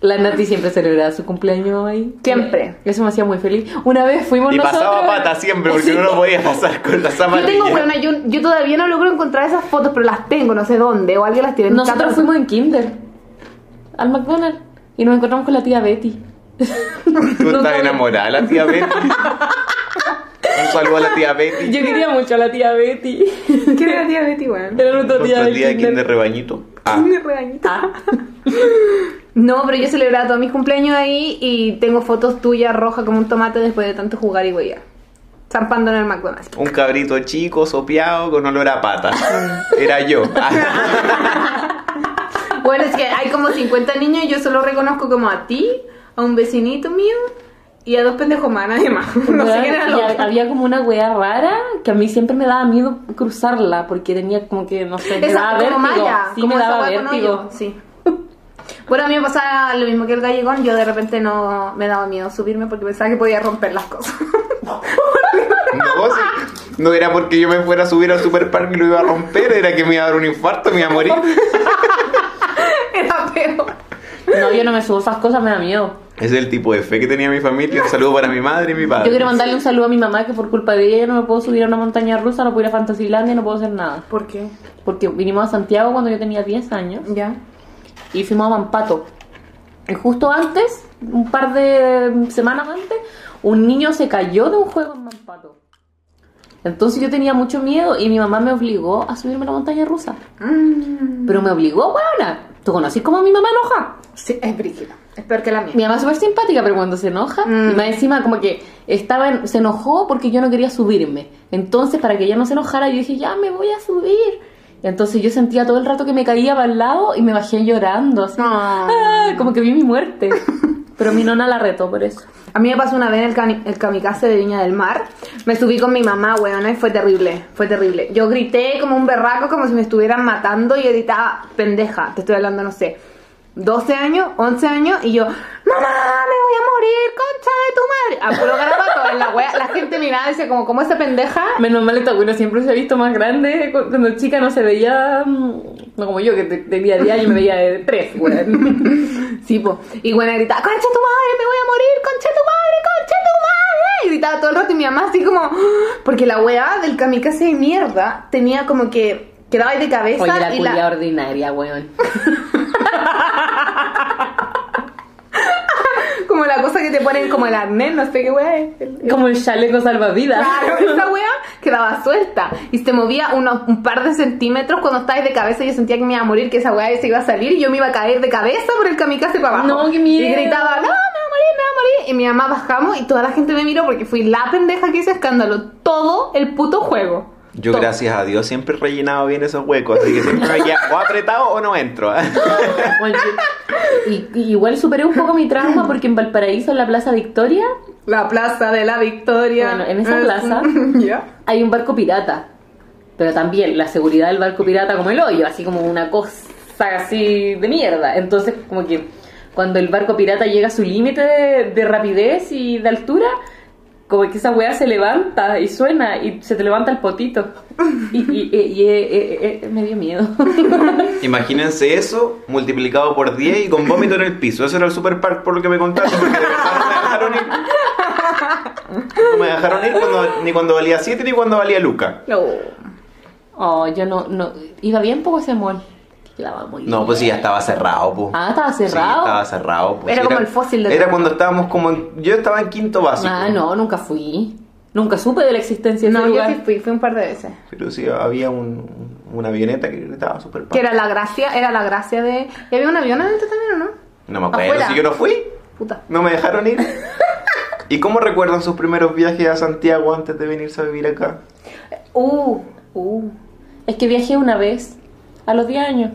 Speaker 3: La Nati siempre celebraba su cumpleaños ahí.
Speaker 4: Siempre.
Speaker 3: Eso me hacía muy feliz. Una vez fuimos
Speaker 5: Y
Speaker 3: Oh, nosotros.
Speaker 5: pasaba pata siempre porque no lo podía pasar con las
Speaker 4: Yo tengo,
Speaker 5: amarillas.
Speaker 4: bueno, yo, yo todavía no logro encontrar esas fotos, pero las tengo, no sé dónde, o alguien las tiene. en
Speaker 3: Nosotros
Speaker 4: casa.
Speaker 3: fuimos en Kinder al McDonald's y nos encontramos con la tía Betty.
Speaker 5: Tú
Speaker 3: Nunca
Speaker 5: estás
Speaker 3: había-
Speaker 5: enamorada de la tía Betty. Un saludo a la tía Betty.
Speaker 3: Yo quería mucho a la tía Betty.
Speaker 4: ¿Qué era la tía Betty, weón?
Speaker 3: Era nuestra tía
Speaker 5: Nuestra
Speaker 3: del
Speaker 5: tía de
Speaker 3: kinder.
Speaker 5: Kinder Rebañito. Ah,
Speaker 4: Me regañita.
Speaker 3: Ah.
Speaker 4: No, pero yo celebraba todos mis cumpleaños ahí y tengo fotos tuyas rojas como un tomate después de tanto jugar y huella. Zampando en el McDonald's.
Speaker 5: un cabrito chico, sopeado, con olor a pata. Era yo. Ah,
Speaker 4: Bueno, es que hay como 50 niños y yo solo reconozco como a ti, a un vecinito mío y a dos pendejos más, nadie más. No sé
Speaker 3: Weón,
Speaker 4: quién era
Speaker 3: y
Speaker 4: lo
Speaker 3: hab- había como una wea rara que a mí siempre me daba miedo cruzarla porque tenía como que, no sé, me
Speaker 4: Esa,
Speaker 3: daba
Speaker 4: como
Speaker 3: vértigo.
Speaker 4: malla,
Speaker 3: sí,
Speaker 4: como
Speaker 3: me
Speaker 4: esa
Speaker 3: daba
Speaker 4: hueá con
Speaker 3: vértigo.
Speaker 4: hoyo, Sí. Bueno, a mí me pasaba lo mismo que el gallegón, yo de repente no me daba miedo subirme porque pensaba que podía romper las cosas.
Speaker 5: no, sí. no era porque yo me fuera a subir al superpark y lo iba a romper, era que me iba a dar un infarto, me iba a morir.
Speaker 4: Era peor.
Speaker 3: No, yo no me subo a esas cosas, me da miedo.
Speaker 5: Ese es el tipo de fe que tenía mi familia. Un saludo para mi madre y mi
Speaker 3: Yo
Speaker 5: padre.
Speaker 3: quiero mandarle un saludo a mi mamá que por culpa de ella yo no me puedo subir a una montaña rusa, no puedo ir a Fantasylandia, no puedo hacer nada.
Speaker 4: ¿Por qué?
Speaker 3: Porque vinimos a Santiago cuando yo tenía 10 años
Speaker 4: Ya.
Speaker 3: y fuimos a Mampato. Y justo antes, un par de semanas antes, un niño se cayó de un juego en Mampato. Entonces yo tenía mucho miedo y mi mamá me obligó a subirme a la montaña rusa. Pero me obligó, weona. ¿Tú conocís cómo mi mamá enoja?
Speaker 4: Sí, es brígida. Es peor que la mía.
Speaker 3: Mi mamá es súper simpática, pero cuando se enoja,
Speaker 4: Mm.
Speaker 3: y más encima como que estaba en- se enojó porque yo no quería subirme. Entonces, para que ella no se enojara, yo dije, ya me voy a subir. Y entonces yo sentía todo el rato que me caía para el lado y me bajé llorando, así,
Speaker 4: No.
Speaker 3: "Ah", como que vi mi muerte. Pero mi nona la retó por eso.
Speaker 4: A mí me pasó una vez en el, cani- el kamikaze de Viña del Mar. Me subí con mi mamá, weón, y fue terrible. Fue terrible. Yo grité como un berraco, como si me estuvieran matando y yo gritaba, pendeja, te estoy hablando, no sé. 12 años, 11 años, y yo, mamá, me voy a morir, concha de tu madre. A puro garabato en la wea. La gente miraba y decía, como, ¿cómo esa pendeja?
Speaker 3: Menos mal esta abuela siempre se ha visto más grande. cu- Cuando chica no se veía. mm, No como yo, que te- tenía 10 años y me veía de 3,
Speaker 4: Sí, po. Y bueno, gritaba, concha tu madre, me voy a morir, concha tu madre, concha tu madre. Y gritaba todo el rato y mi mamá así como, "Ah", porque la weá del kamikaze de mierda tenía como que quedaba ahí de cabeza.
Speaker 3: Oye, la
Speaker 4: y
Speaker 3: culia ordinaria, weón.
Speaker 4: como la cosa que te ponen como el arnés, no sé qué weá es.
Speaker 3: Como el chaleco salvavidas.
Speaker 4: Claro, esa weá quedaba suelta y se movía unos, un par de centímetros cuando estabas de cabeza. Yo sentía que me iba a morir, que esa weá se iba a salir y yo me iba a caer de cabeza por el kamikaze para abajo.
Speaker 3: No, qué miedo.
Speaker 4: Y gritaba, no, me voy a morir, me voy a morir. Y mi mamá bajamos y toda la gente me miró porque fui la pendeja que hizo escándalo todo el puto juego.
Speaker 5: Yo,
Speaker 4: Todo.
Speaker 5: gracias a Dios, siempre he rellenado bien esos huecos, así que siempre me queda o apretado o no entro. ¿eh?
Speaker 3: Bueno, yo- y, y igual superé un poco mi trauma porque en Valparaíso, en la Plaza Victoria,
Speaker 4: La plaza de la victoria.
Speaker 3: Bueno, en esa
Speaker 4: Es-
Speaker 3: plaza.
Speaker 4: Ya.
Speaker 3: hay un barco pirata. Pero también la seguridad del barco pirata como el hoyo, así como una cosa así de mierda. Entonces, como que cuando el barco pirata llega a su límite de, de rapidez y de altura, como que esa weá se levanta y suena y se te levanta el potito. Y, y- y- y, eh, eh, eh, me dio miedo.
Speaker 5: Imagínense eso multiplicado por 10 y con vómito en el piso. Eso era el super park por lo que me contaste, porque de verdad no me dejaron ir. No me dejaron ir cuando- ni cuando valía 7 ni cuando valía Luca.
Speaker 4: No.
Speaker 3: Oh, yo no, no. Iba bien poco ese mall. Que la vamos a ir.
Speaker 5: No, pues sí, ya estaba cerrado, pues.
Speaker 3: Ah, estaba cerrado.
Speaker 5: Sí, estaba cerrado. pues.
Speaker 4: Era como el fósil de
Speaker 5: Era
Speaker 4: todo.
Speaker 5: cuando estábamos como. en- yo estaba en quinto básico.
Speaker 3: Ah, no, nunca fui. Nunca supe de la existencia de
Speaker 4: No,
Speaker 3: ese
Speaker 4: yo
Speaker 3: lugar.
Speaker 4: sí fui, fui un par de veces.
Speaker 5: Pero sí, había un, una avioneta que estaba super
Speaker 4: Que era la gracia, era la gracia de. ¿Y había un avión adentro también o no?
Speaker 5: No me acuerdo
Speaker 4: Afuera.
Speaker 5: si yo no fui.
Speaker 4: Puta.
Speaker 5: No me dejaron ir. ¿Y cómo recuerdan sus primeros viajes a Santiago antes de venirse a vivir acá?
Speaker 4: Uh, uh.
Speaker 3: Es que viajé una vez, a los 10 años.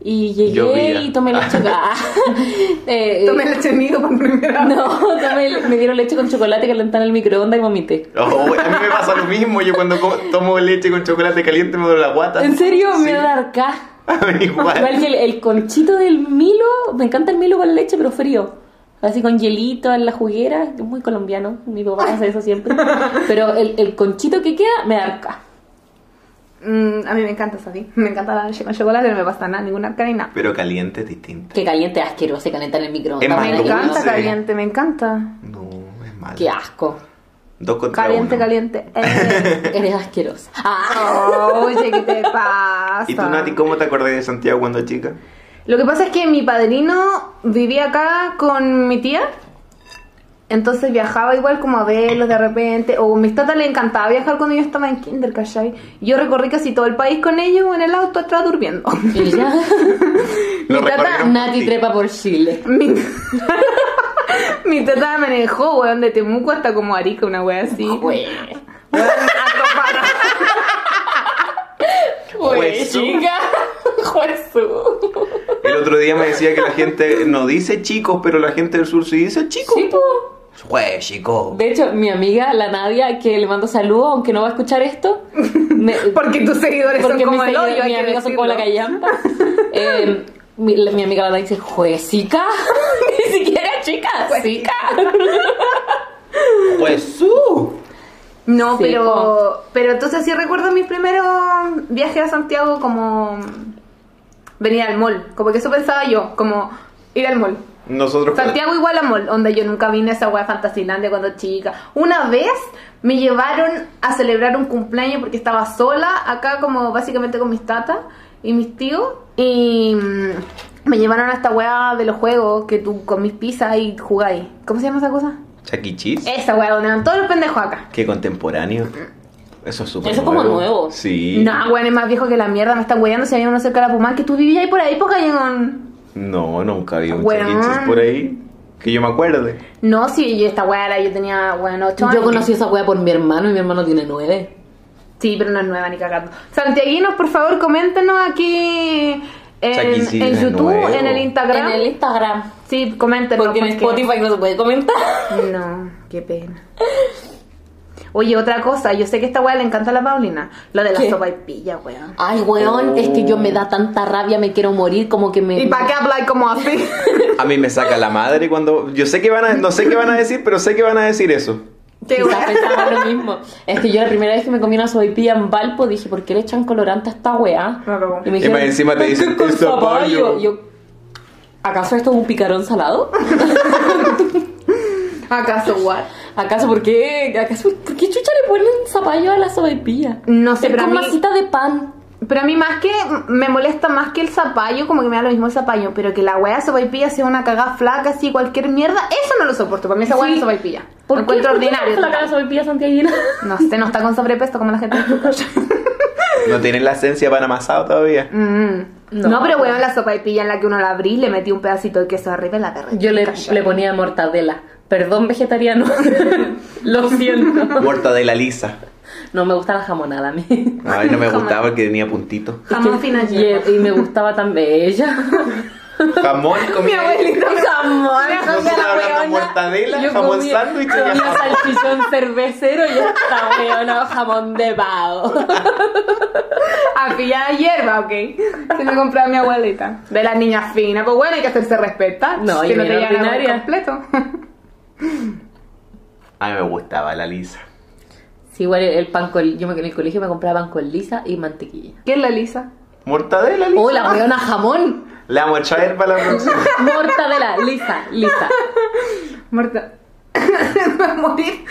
Speaker 3: Y
Speaker 5: Llovía.
Speaker 3: llegué y tomé leche. Ah, eh, eh,
Speaker 4: Tomé leche nido por primera vez.
Speaker 3: No, tomé, le- me dieron leche con chocolate calentada en el microondas y vomité.
Speaker 5: Oh, a mí me pasa lo mismo. Yo cuando co- tomo leche con chocolate caliente me duele la guata.
Speaker 3: ¿En serio?
Speaker 5: Sí.
Speaker 3: Me da arca.
Speaker 5: A mí
Speaker 3: Igual
Speaker 5: igual.
Speaker 3: que el, el conchito del Milo, me encanta el Milo con leche, pero frío. Así con hielito en la juguera, que es muy colombiano, mi papá hace eso siempre. Pero el, el conchito que queda me da arca.
Speaker 4: Mm, a mí me encanta esa sí. Me encanta la leche con chocolate, no me pasa nada, ninguna carina.
Speaker 5: Pero caliente es distinto.
Speaker 3: Que caliente asqueroso, se calienta en el microondas.
Speaker 5: Es más
Speaker 4: Me
Speaker 5: Ay,
Speaker 4: encanta
Speaker 5: dulce.
Speaker 4: caliente, me encanta.
Speaker 5: No, es malo.
Speaker 3: Qué asco.
Speaker 5: Dos contra
Speaker 4: Caliente,
Speaker 5: uno.
Speaker 4: caliente. Eh.
Speaker 3: Eres asquerosa. Ah.
Speaker 4: Oye, ¿qué te pasa?
Speaker 5: ¿Y tú, Nati, cómo te acordás de Santiago cuando chica?
Speaker 4: Lo que pasa es que mi padrino vivía acá con mi tía. Entonces viajaba igual como a verlos de repente. O mis tatas le encantaba viajar cuando yo estaba en kinder, ¿cachai? Yo recorrí casi todo el país con ellos en el auto atrás durmiendo.
Speaker 3: Ella,
Speaker 5: Lo
Speaker 4: Mi tata,
Speaker 5: recorrieron
Speaker 3: Nati
Speaker 5: contigo.
Speaker 3: trepa por Chile.
Speaker 4: Mi, mi tata manejó, weón, de Temuco hasta como Arica, una wea así.
Speaker 3: Güey.
Speaker 4: Weón, atropada. Pues
Speaker 3: Güey,
Speaker 5: Juezu.
Speaker 3: chica. Juezu.
Speaker 5: El otro día me decía que la gente no dice chicos, pero la gente del sur sí dice chicos.
Speaker 3: Sí, po.
Speaker 5: Jue, chico.
Speaker 3: De hecho, mi amiga, la Nadia, que le mando saludos, aunque no va a escuchar esto. me-
Speaker 4: Porque tus seguidores
Speaker 3: porque
Speaker 4: son como
Speaker 3: mis
Speaker 4: el
Speaker 3: seguidores-
Speaker 4: hoyo, hay
Speaker 3: mis
Speaker 4: que
Speaker 3: amigos son como la
Speaker 4: decirlo.
Speaker 3: callampa. Eh, mi, la- mi amiga la Nadia dice, juecica. Ni siquiera chica,
Speaker 4: Juecica.
Speaker 3: chica.
Speaker 5: Pues, Juezú.
Speaker 4: No,
Speaker 3: Sí,
Speaker 4: pero, pero entonces sí recuerdo mis primeros viajes a Santiago como venir al mall, como que eso pensaba yo, como ir al mall.
Speaker 5: Nosotros
Speaker 4: Santiago igual a mall, donde yo nunca vine a esa wea Fantasylandia cuando chica. Una vez me llevaron a celebrar un cumpleaños porque estaba sola acá como básicamente con mis tatas y mis tíos y mm, me llevaron a esta wea de los juegos que tú con mis pizzas y jugáis. ¿Cómo se llama esa cosa?
Speaker 3: Eh.
Speaker 5: Chucky E. Cheese.
Speaker 4: Esa wea donde eran todos los pendejos acá.
Speaker 5: Qué contemporáneo. Eso es súper
Speaker 3: Eso es como nuevo.
Speaker 5: Sí.
Speaker 4: No, weón, es más viejo que la mierda. Me están weyando si había uno cerca de la Pumán que tú vivías ahí por ahí, porque hay un.
Speaker 5: No, nunca había un
Speaker 4: Weón.
Speaker 5: Chuck E. Cheese por ahí. Que yo me acuerde.
Speaker 4: No, sí, yo esta weá, era- yo tenía, weón, ocho años.
Speaker 3: Yo conocí esa wea por mi hermano y mi hermano tiene nueve.
Speaker 4: Sí, pero no es nueva ni cagando. Santiaguinos, por favor, coméntenos aquí en,
Speaker 5: Chucky, sí,
Speaker 4: en
Speaker 5: es
Speaker 4: YouTube,
Speaker 5: nuevo.
Speaker 4: en el Instagram.
Speaker 3: En el Instagram.
Speaker 4: Sí, coméntenos.
Speaker 3: Porque en Spotify no se puede comentar.
Speaker 4: No, qué pena. Oye, otra cosa, yo sé que esta weá le encanta a la Paulina. Lo de la
Speaker 3: ¿Qué?
Speaker 4: sopa y pilla, weón.
Speaker 3: Ay, weón, es que yo me da tanta rabia, me quiero morir, como que me.
Speaker 4: ¿Y para qué hablar como así?
Speaker 5: A mí me saca la madre cuando. Yo sé que van a. No sé qué van a decir, pero sé que van a decir eso.
Speaker 4: Qué
Speaker 3: Quizás
Speaker 4: weá.
Speaker 3: pensaba lo mismo. Es que yo la primera vez que me comí una sopaipilla en Valpo dije, ¿por qué le echan colorante a esta weá?
Speaker 4: Me acabó.
Speaker 3: me
Speaker 5: Y más encima
Speaker 3: "Es
Speaker 5: te
Speaker 3: que
Speaker 5: dicen,
Speaker 3: con
Speaker 5: "Es zapallo".
Speaker 3: zapallo. Yo, ¿acaso esto es un picarón salado?
Speaker 4: ¿Acaso what?
Speaker 3: ¿Acaso por qué? ¿Acaso por qué chucha le ponen zapallo a la sopaipilla?
Speaker 4: No sé,
Speaker 3: Es
Speaker 4: pero a
Speaker 3: con
Speaker 4: mí-
Speaker 3: masita de pan.
Speaker 4: Pero a mí más que me molesta más que el zapallo, como que me da lo mismo el zapallo, pero que la weá sopa y pilla sea una cagada flaca, así cualquier mierda, eso no lo soporto. Para mí esa weá
Speaker 3: Sí.
Speaker 4: es sopa y pilla.
Speaker 3: ¿Por
Speaker 4: Lo encuentro
Speaker 3: qué? ¿Por qué tan
Speaker 4: ordinario.
Speaker 3: flaca la sopaipilla santiaguina?
Speaker 4: No sé, no está con sobrepeso como la gente.
Speaker 5: No tienen la esencia pan amasado todavía.
Speaker 4: Mm.
Speaker 3: No.
Speaker 4: No, pero weón, la sopa y pilla en la que uno la abrí, le metí un pedacito de queso arriba y la agarré.
Speaker 3: Yo le, le ponía mortadela. Perdón, vegetariano. lo siento.
Speaker 5: Muerta de la lisa.
Speaker 3: No me gusta la jamonada a mí.
Speaker 5: Ay, no me
Speaker 4: Jamón.
Speaker 5: gustaba porque tenía puntito.
Speaker 4: Jamón
Speaker 3: Y-
Speaker 4: fino
Speaker 3: y, y me gustaba tan bella.
Speaker 5: Jamón con
Speaker 4: Mi abuelita me-
Speaker 3: Jamón.
Speaker 5: No se habla de mortadela, jamón sándwich y
Speaker 3: Comía
Speaker 5: jamón.
Speaker 3: salchichón cervecero y esta weona jamón de pavo.
Speaker 4: a pillar hierba, ok. Se me compraba mi abuelita. De las niñas finas, pues bueno, hay que hacerse respetar.
Speaker 3: No,
Speaker 4: que
Speaker 3: yo
Speaker 4: no te
Speaker 3: era
Speaker 4: llegan a comer
Speaker 3: ordinaria.
Speaker 4: completo.
Speaker 5: A mí me gustaba la lisa.
Speaker 3: Sí, igual el, el pan con... Yo me- en el colegio me compraba pan con lisa y mantequilla.
Speaker 4: ¿Quién la lisa?
Speaker 5: Mortadela lisa.
Speaker 3: ¡Oh, la weona jamón!
Speaker 5: La vamos a traer para la próxima.
Speaker 3: Mortadela, lisa, lisa.
Speaker 4: Muerta. me voy a morir.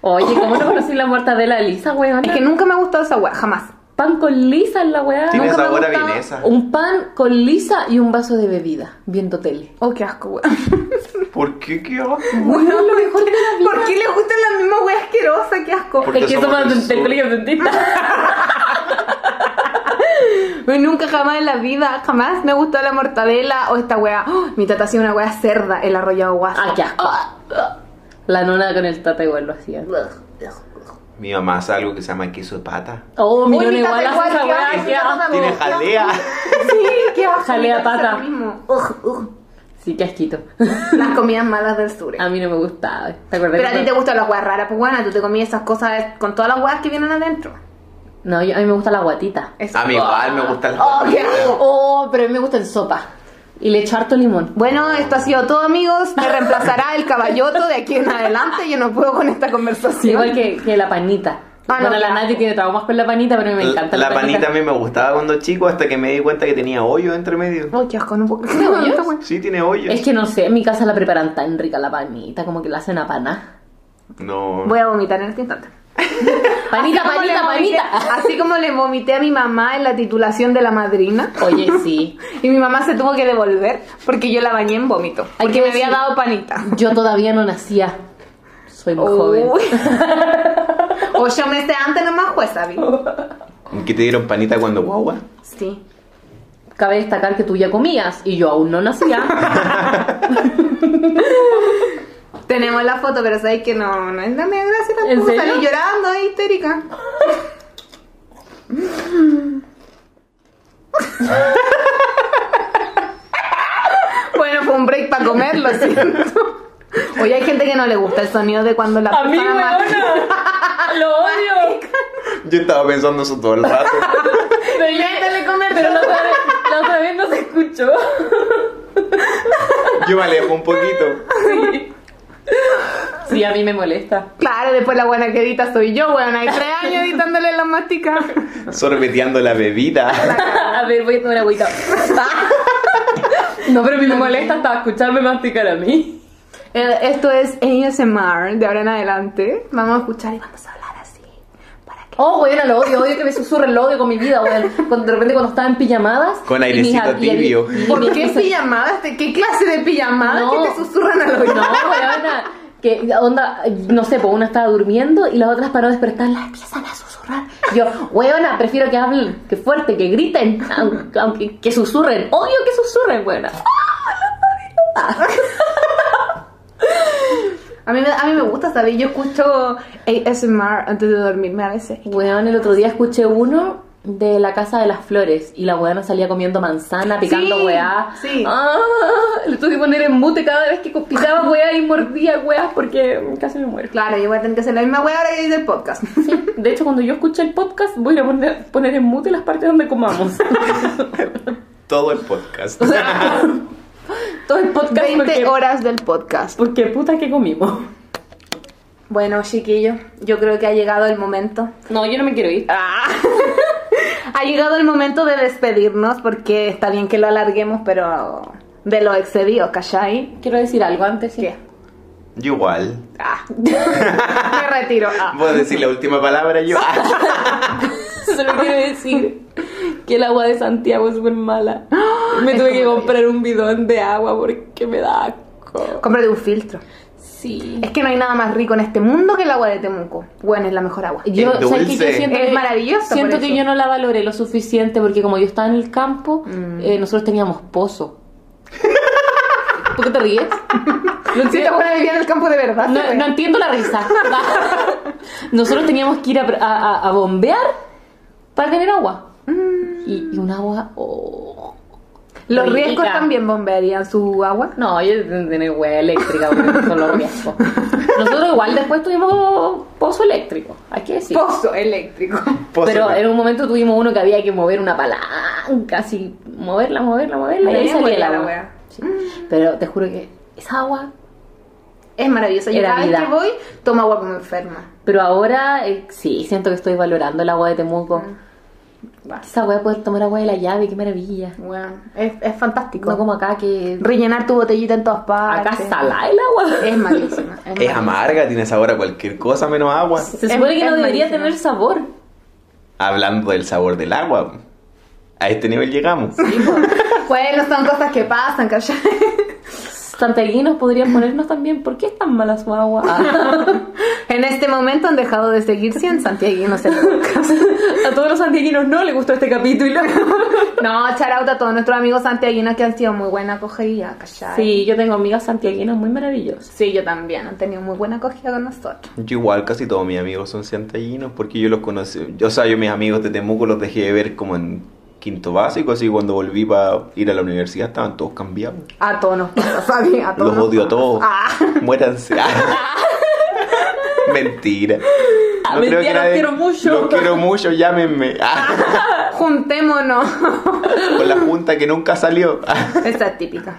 Speaker 3: Oye, ¿cómo no conocí la mortadela lisa, weona?
Speaker 4: Es que nunca me ha gustado esa weá, jamás.
Speaker 3: Pan con lisa en la weá.
Speaker 5: Tiene
Speaker 3: Nunca me ha
Speaker 5: sabor a
Speaker 3: gustado.
Speaker 5: vienesa.
Speaker 3: Un pan con lisa y un vaso de bebida, viendo tele.
Speaker 4: Oh, qué asco, weá.
Speaker 5: ¿Por qué qué asco?
Speaker 3: Bueno, lo mejor de la vida.
Speaker 4: ¿Por qué le gustan las mismas weas asquerosas? Qué asco.
Speaker 5: Porque
Speaker 3: es que
Speaker 5: somos del
Speaker 3: somos
Speaker 5: sur.
Speaker 3: del colegio dentista.
Speaker 4: Yo nunca jamás en la vida, jamás me ha gustado la mortadela o esta wea. ¡Oh! mi tata hacía una wea cerda, el arrollado guaso.
Speaker 3: Ah, qué asco. La nona con el tata igual lo hacía.
Speaker 5: Mi mamá hace algo que se llama queso de pata.
Speaker 3: Oh, mi
Speaker 4: Uy,
Speaker 3: nona
Speaker 4: mi tata
Speaker 3: igual hace
Speaker 4: igual,
Speaker 3: esa
Speaker 4: qué asco,
Speaker 3: weá. qué
Speaker 4: mi tata
Speaker 3: asco.
Speaker 5: Tiene
Speaker 4: qué
Speaker 5: jalea.
Speaker 4: Sí, qué asco.
Speaker 3: Jalea
Speaker 4: mi tata hace
Speaker 3: pata.
Speaker 4: lo mismo. Ugh, ugh.
Speaker 3: Sí, qué asquito.
Speaker 4: Las comidas malas del sur. eh.
Speaker 3: A mí no me gustaba. ¿Te acuerdas?
Speaker 4: Pero a ti te
Speaker 3: cuando-
Speaker 4: gustan las weas raras, pues buena, tú te comías esas cosas con todas las weas que vienen adentro.
Speaker 3: No, yo- a mí me gusta la guatita.
Speaker 4: Eso.
Speaker 5: A mí igual me gustan las
Speaker 4: Oh, qué
Speaker 5: patas.
Speaker 4: asco.
Speaker 3: Oh, pero a mí me gusta en sopa. Y le echo harto limón.
Speaker 4: Bueno, esto ha sido todo, amigos. Me reemplazará el caballoto de aquí en adelante. Yo no puedo con esta conversación.
Speaker 3: Sí, igual que, que la panita.
Speaker 4: Ah, no,
Speaker 3: bueno, la
Speaker 4: claro.
Speaker 3: Nati tiene traumas con la panita, pero me encanta la,
Speaker 5: La panita a mí me gustaba cuando chico hasta que me di cuenta que tenía hoyo entre medio.
Speaker 4: Ay, qué asco, no puedo creer.
Speaker 3: ¿Tiene
Speaker 4: Esta wea.
Speaker 5: Sí, tiene hoyo.
Speaker 3: Es que no sé, en mi casa la preparan tan rica la panita, como que la hacen a paná.
Speaker 5: No.
Speaker 4: Voy a vomitar en este instante.
Speaker 3: Panita,
Speaker 4: Así como
Speaker 3: panita,
Speaker 4: le vomité-
Speaker 3: panita.
Speaker 4: Así como le vomité a mi mamá en la titulación de la madrina.
Speaker 3: Oye, sí.
Speaker 4: Y mi mamá se tuvo que devolver porque yo la bañé en vómito.
Speaker 3: Hay
Speaker 4: Porque
Speaker 3: que
Speaker 4: me había
Speaker 3: decir-
Speaker 4: dado panita.
Speaker 3: Yo todavía no nacía. Soy muy joven.
Speaker 4: Uy. O yo me sé antes nomás jueza, vi.
Speaker 3: Oh.
Speaker 5: ¿Qué te dieron panita cuando guagua?
Speaker 4: Sí.
Speaker 3: Cabe destacar que tú ya comías y yo aún no nacía.
Speaker 4: Tenemos la foto, pero sabéis que no, no es nada de gracia
Speaker 3: ¿En
Speaker 4: tampoco.
Speaker 3: serio?
Speaker 4: Salí llorando ahí, histérica. bueno, fue un break para comer, lo siento. Oye, hay gente que no le gusta el sonido de cuando la persona mastica.
Speaker 3: Lo odio.
Speaker 5: Yo estaba pensando eso todo el rato.
Speaker 3: Pero, yo-
Speaker 4: Invéntale comer,
Speaker 3: pero la,
Speaker 4: no
Speaker 3: otra vez, la otra vez no se escuchó.
Speaker 5: Yo me alejo un poquito.
Speaker 3: Sí, a mí me molesta.
Speaker 4: Claro, después la buena que edita soy yo, weón. Hay tres años editándole la mastica.
Speaker 5: Sorbeteando la bebida.
Speaker 3: A ver, voy a tomar agüita. No, pero a mí me molesta hasta escucharme masticar a mí.
Speaker 4: Eh, Esto es ASMR de ahora en adelante. Vamos a escuchar y vamos a hablar así. Para que.
Speaker 3: Oh, weón, lo odio, odio que me susurren, lo odio con mi vida, weón. Cuando, de repente cuando estaba en pijamadas.
Speaker 5: Con
Speaker 3: y mis
Speaker 5: airecito
Speaker 3: ab- y-
Speaker 5: tibio.
Speaker 3: y- y-
Speaker 4: ¿Por
Speaker 3: y-
Speaker 4: qué
Speaker 3: y-
Speaker 4: pijamadas? ¿De ¿Qué clase de pijamadas
Speaker 3: No.
Speaker 4: que te susurran al
Speaker 3: No,
Speaker 4: oído?
Speaker 3: weona. Que onda, no sé, pues una estaba durmiendo y las otras para no despertarla empiezan a susurrar. susurrar. Yo, weona, prefiero que hablen, que fuerte, que griten, aunque, aunque- que susurren. Odio que susurren, weona.
Speaker 4: A mí, me- a mí me gusta, ¿sabes? Yo escucho ASMR antes de dormirme a veces.
Speaker 3: Weón, el otro día escuché uno de la Casa de las Flores y la weona salía comiendo manzana, picando
Speaker 4: Sí,
Speaker 3: weá.
Speaker 4: sí.
Speaker 3: Ah, le tuve que poner en mute cada vez que picaba weá y mordía weá porque casi me muero.
Speaker 4: Claro, yo voy a tener que hacer la misma wea ahora que hice el podcast.
Speaker 3: Sí, De hecho, cuando yo escuche el podcast, voy a ir a poner, poner en mute las partes donde comamos.
Speaker 5: Todo el podcast.
Speaker 3: Todo el podcast
Speaker 4: 20
Speaker 3: porque,
Speaker 4: horas del podcast.
Speaker 3: porque puta que comimos.
Speaker 4: Bueno, chiquillo, yo creo que ha llegado el momento.
Speaker 3: No, yo no me quiero ir.
Speaker 4: Ah. ha llegado el momento de despedirnos porque está bien que lo alarguemos, pero de lo excedido, ¿cachai?
Speaker 3: Quiero decir algo antes. sí.
Speaker 4: ¿Qué?
Speaker 5: Yo igual.
Speaker 4: Ah. Me retiro. Ah.
Speaker 5: Voy a decir la última palabra yo.
Speaker 3: Solo quiero decir que el agua de Santiago es súper mala. Me tuve que comprar un bidón de agua porque me da asco.
Speaker 4: Cómprate un filtro.
Speaker 3: Sí.
Speaker 4: Es que no hay nada más rico en este mundo que el agua de Temuco. Bueno, es la mejor agua.
Speaker 3: Yo,
Speaker 5: Es
Speaker 3: ¿sabes qué?
Speaker 5: dulce.
Speaker 3: Yo siento
Speaker 4: Es
Speaker 3: que-
Speaker 4: maravillosa,
Speaker 3: Siento
Speaker 4: por
Speaker 3: que
Speaker 4: eso.
Speaker 3: yo no la valoré lo suficiente porque como yo estaba en el campo, eh, nosotros teníamos pozo. ¿Por qué te ríes? No
Speaker 4: Si te
Speaker 3: entiendo-
Speaker 4: fuera a vivir en el campo de verdad.
Speaker 3: No,
Speaker 4: se
Speaker 3: no
Speaker 4: ve.
Speaker 3: entiendo la risa. Nosotros teníamos que ir a, a- a- a bombear para tener agua. Y, y un agua. oh.
Speaker 4: Los riesgos
Speaker 3: Rica.
Speaker 4: también bombearían su agua.
Speaker 3: No, yo tener hueá eléctrica porque son los riesgos. Nosotros igual después tuvimos pozo eléctrico, hay que decir.
Speaker 4: Pozo eléctrico.
Speaker 5: Pozo.
Speaker 3: Pero en un momento tuvimos uno que había que mover una palanca, así, moverla, moverla, moverla, y
Speaker 4: Ahí
Speaker 3: ahí salía el
Speaker 4: moría la
Speaker 3: agua.
Speaker 4: wea.
Speaker 3: Sí. Pero te juro que esa agua
Speaker 4: Es maravilloso. Yo
Speaker 3: Era
Speaker 4: cada vez
Speaker 3: vida.
Speaker 4: que voy, tomo agua como enferma.
Speaker 3: Pero ahora eh, sí, siento que estoy valorando el agua de Temuco.
Speaker 4: Ah. Guau.
Speaker 3: Esa weá poder tomar agua de la llave, qué maravilla.
Speaker 4: Bueno, es, es fantástico.
Speaker 3: No como acá que.
Speaker 4: Rellenar tu botellita en todas
Speaker 3: Acá
Speaker 4: partes.
Speaker 3: salá el agua.
Speaker 4: Es malísima. Es
Speaker 5: Es
Speaker 4: malísima.
Speaker 5: amarga, tiene sabor a cualquier cosa menos agua.
Speaker 3: Se supone
Speaker 4: es-
Speaker 3: que
Speaker 4: es
Speaker 3: no debería
Speaker 4: malísima.
Speaker 3: tener sabor.
Speaker 5: Hablando del sabor del agua. A este nivel llegamos.
Speaker 4: Bueno, son cosas que pasan, calla.
Speaker 3: Santiaguinos podrían ponernos también. ¿Por qué es tan mala su agua? Ah.
Speaker 4: En este momento han dejado de seguir 100 santiaguinos en el podcast.
Speaker 3: A todos los santiaguinos no le gustó este capítulo.
Speaker 4: No, charauta a todos nuestros amigos santiaguinos que han sido muy buena acogida, calla.
Speaker 3: Sí, yo tengo amigas santiaguinas muy maravillosas.
Speaker 4: Sí, yo también. Han tenido muy buena acogida con nosotros.
Speaker 5: Yo igual casi todos mis amigos son santallinos porque yo los conocí, yo, o sea, yo mis amigos de Temuco los dejé de ver como en quinto básico, así cuando volví para ir a la universidad estaban todos cambiados.
Speaker 4: A todos nos pasa, ¿sabes? A todos
Speaker 5: Los
Speaker 4: nos
Speaker 5: odio a
Speaker 4: pasa.
Speaker 5: todos.
Speaker 4: Ah.
Speaker 5: Muéranse. Ah. Mentira.
Speaker 3: Ah, mentira, los quiero mucho.
Speaker 5: Los quiero mucho, llámenme. Ah.
Speaker 4: Juntémonos.
Speaker 5: Con la junta que nunca salió. Ah.
Speaker 4: Esa es típica.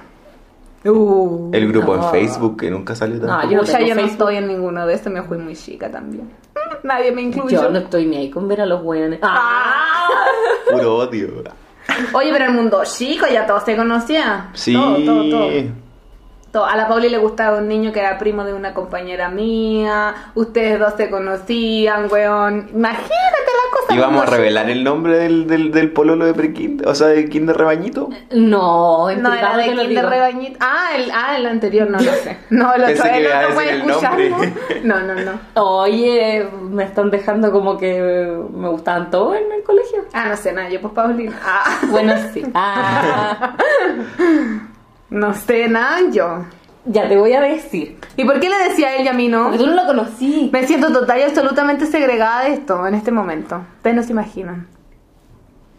Speaker 4: Uh.
Speaker 5: El grupo en
Speaker 3: no.
Speaker 5: Facebook que nunca salió tampoco.
Speaker 3: Ah, yo no
Speaker 4: Pucha,
Speaker 3: tengo
Speaker 4: yo no
Speaker 3: Facebook.
Speaker 4: estoy en ninguno de estos, me fui muy chica también. Mm, Nadie me incluyó.
Speaker 3: Yo no estoy ni ahí con ver a los weones. Ah.
Speaker 4: Ah.
Speaker 5: Puro odio.
Speaker 4: Oye, pero el mundo chico ya todo se conocía.
Speaker 5: Sí.
Speaker 4: Todo, todo, todo. Todo. A la Pauli le gustaba un niño que era primo de una compañera mía. Ustedes dos se conocían, weón. Imagínate la cosa.
Speaker 5: ¿Y vamos a
Speaker 4: mundo
Speaker 5: revelar el nombre del, del, del pololo de prekinder, o sea, del kinder rebañito.
Speaker 3: No,
Speaker 4: chico.
Speaker 3: en
Speaker 4: No,
Speaker 3: privado
Speaker 4: era
Speaker 3: te
Speaker 4: de
Speaker 3: lo
Speaker 4: Kinder
Speaker 3: digo.
Speaker 4: Rebañito. Ah el, ah, el anterior no lo sé. No, el
Speaker 5: Pensé
Speaker 4: otro
Speaker 5: que
Speaker 4: el
Speaker 5: ibas a
Speaker 4: otro puede
Speaker 5: decir el nombre.
Speaker 4: escucharlo. No, no, no.
Speaker 3: Oye, me están dejando como que me gustaban todos en el colegio.
Speaker 4: Ah, no sé, nada. Yo, pues, Paulina. Ah,
Speaker 3: Bueno, sí. Ah,
Speaker 4: no sé, nada. Yo.
Speaker 3: ya te voy a decir.
Speaker 4: ¿Y por qué le decía a él y a mí no?
Speaker 3: Porque tú no lo conocí.
Speaker 4: Me siento total y absolutamente segregada de esto en este momento. Ustedes no se imaginan.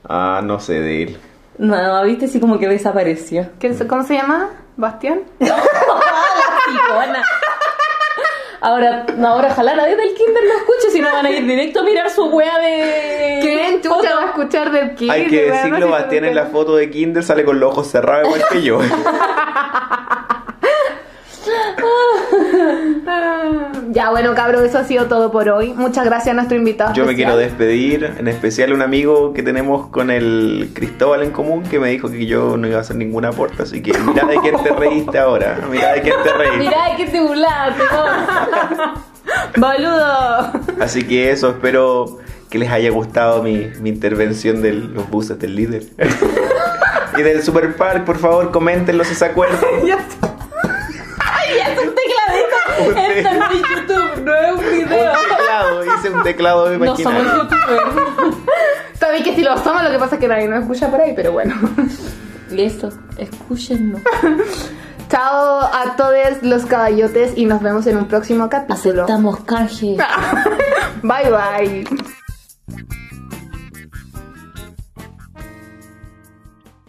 Speaker 5: Ah, no sé de él.
Speaker 3: No, viste, sí como que desapareció.
Speaker 4: ¿Quién se- ¿Cómo se llama? ¿Bastián?
Speaker 3: Picona. Ahora, no, ahora ojalá nadie del kinder lo escuche, si no van a ir directo a mirar su wea de...
Speaker 4: ¿Quién tú te
Speaker 3: foto.
Speaker 4: va a escuchar del kid?
Speaker 5: Hay que decirlo, Bastián en la foto de kinder sale con los ojos cerrados igual que yo.
Speaker 4: Ya, bueno, cabros, eso ha sido todo por hoy. Muchas gracias a nuestro invitado.
Speaker 5: Yo me quiero
Speaker 4: especial.
Speaker 5: despedir, en especial un amigo que tenemos con el Cristóbal en común que me dijo que yo no iba a hacer ningún aporte, así que mira de quién te reíste ahora, mira de quién te reíste.
Speaker 3: Mirá, que te burlaste, vos.
Speaker 4: ¡Boludo!
Speaker 5: Así que eso, espero que les haya gustado mi, mi intervención de los buses del líder. y del Super Park, por favor, coméntenlo si se acuerdan.
Speaker 4: Ya está.
Speaker 3: Este clavito
Speaker 5: Un
Speaker 3: está en mi YouTube, no es un video.
Speaker 5: teclado, hice un teclado de
Speaker 3: No
Speaker 5: máquina.
Speaker 3: somos youtubers.
Speaker 4: Sabéis que si lo somos, lo que pasa es que nadie nos escucha por ahí, pero bueno.
Speaker 3: Y eso, escúchennos.
Speaker 4: Chao a todos los caballotes y nos vemos en un próximo capítulo.
Speaker 3: Aceptamos canje.
Speaker 4: Bye bye.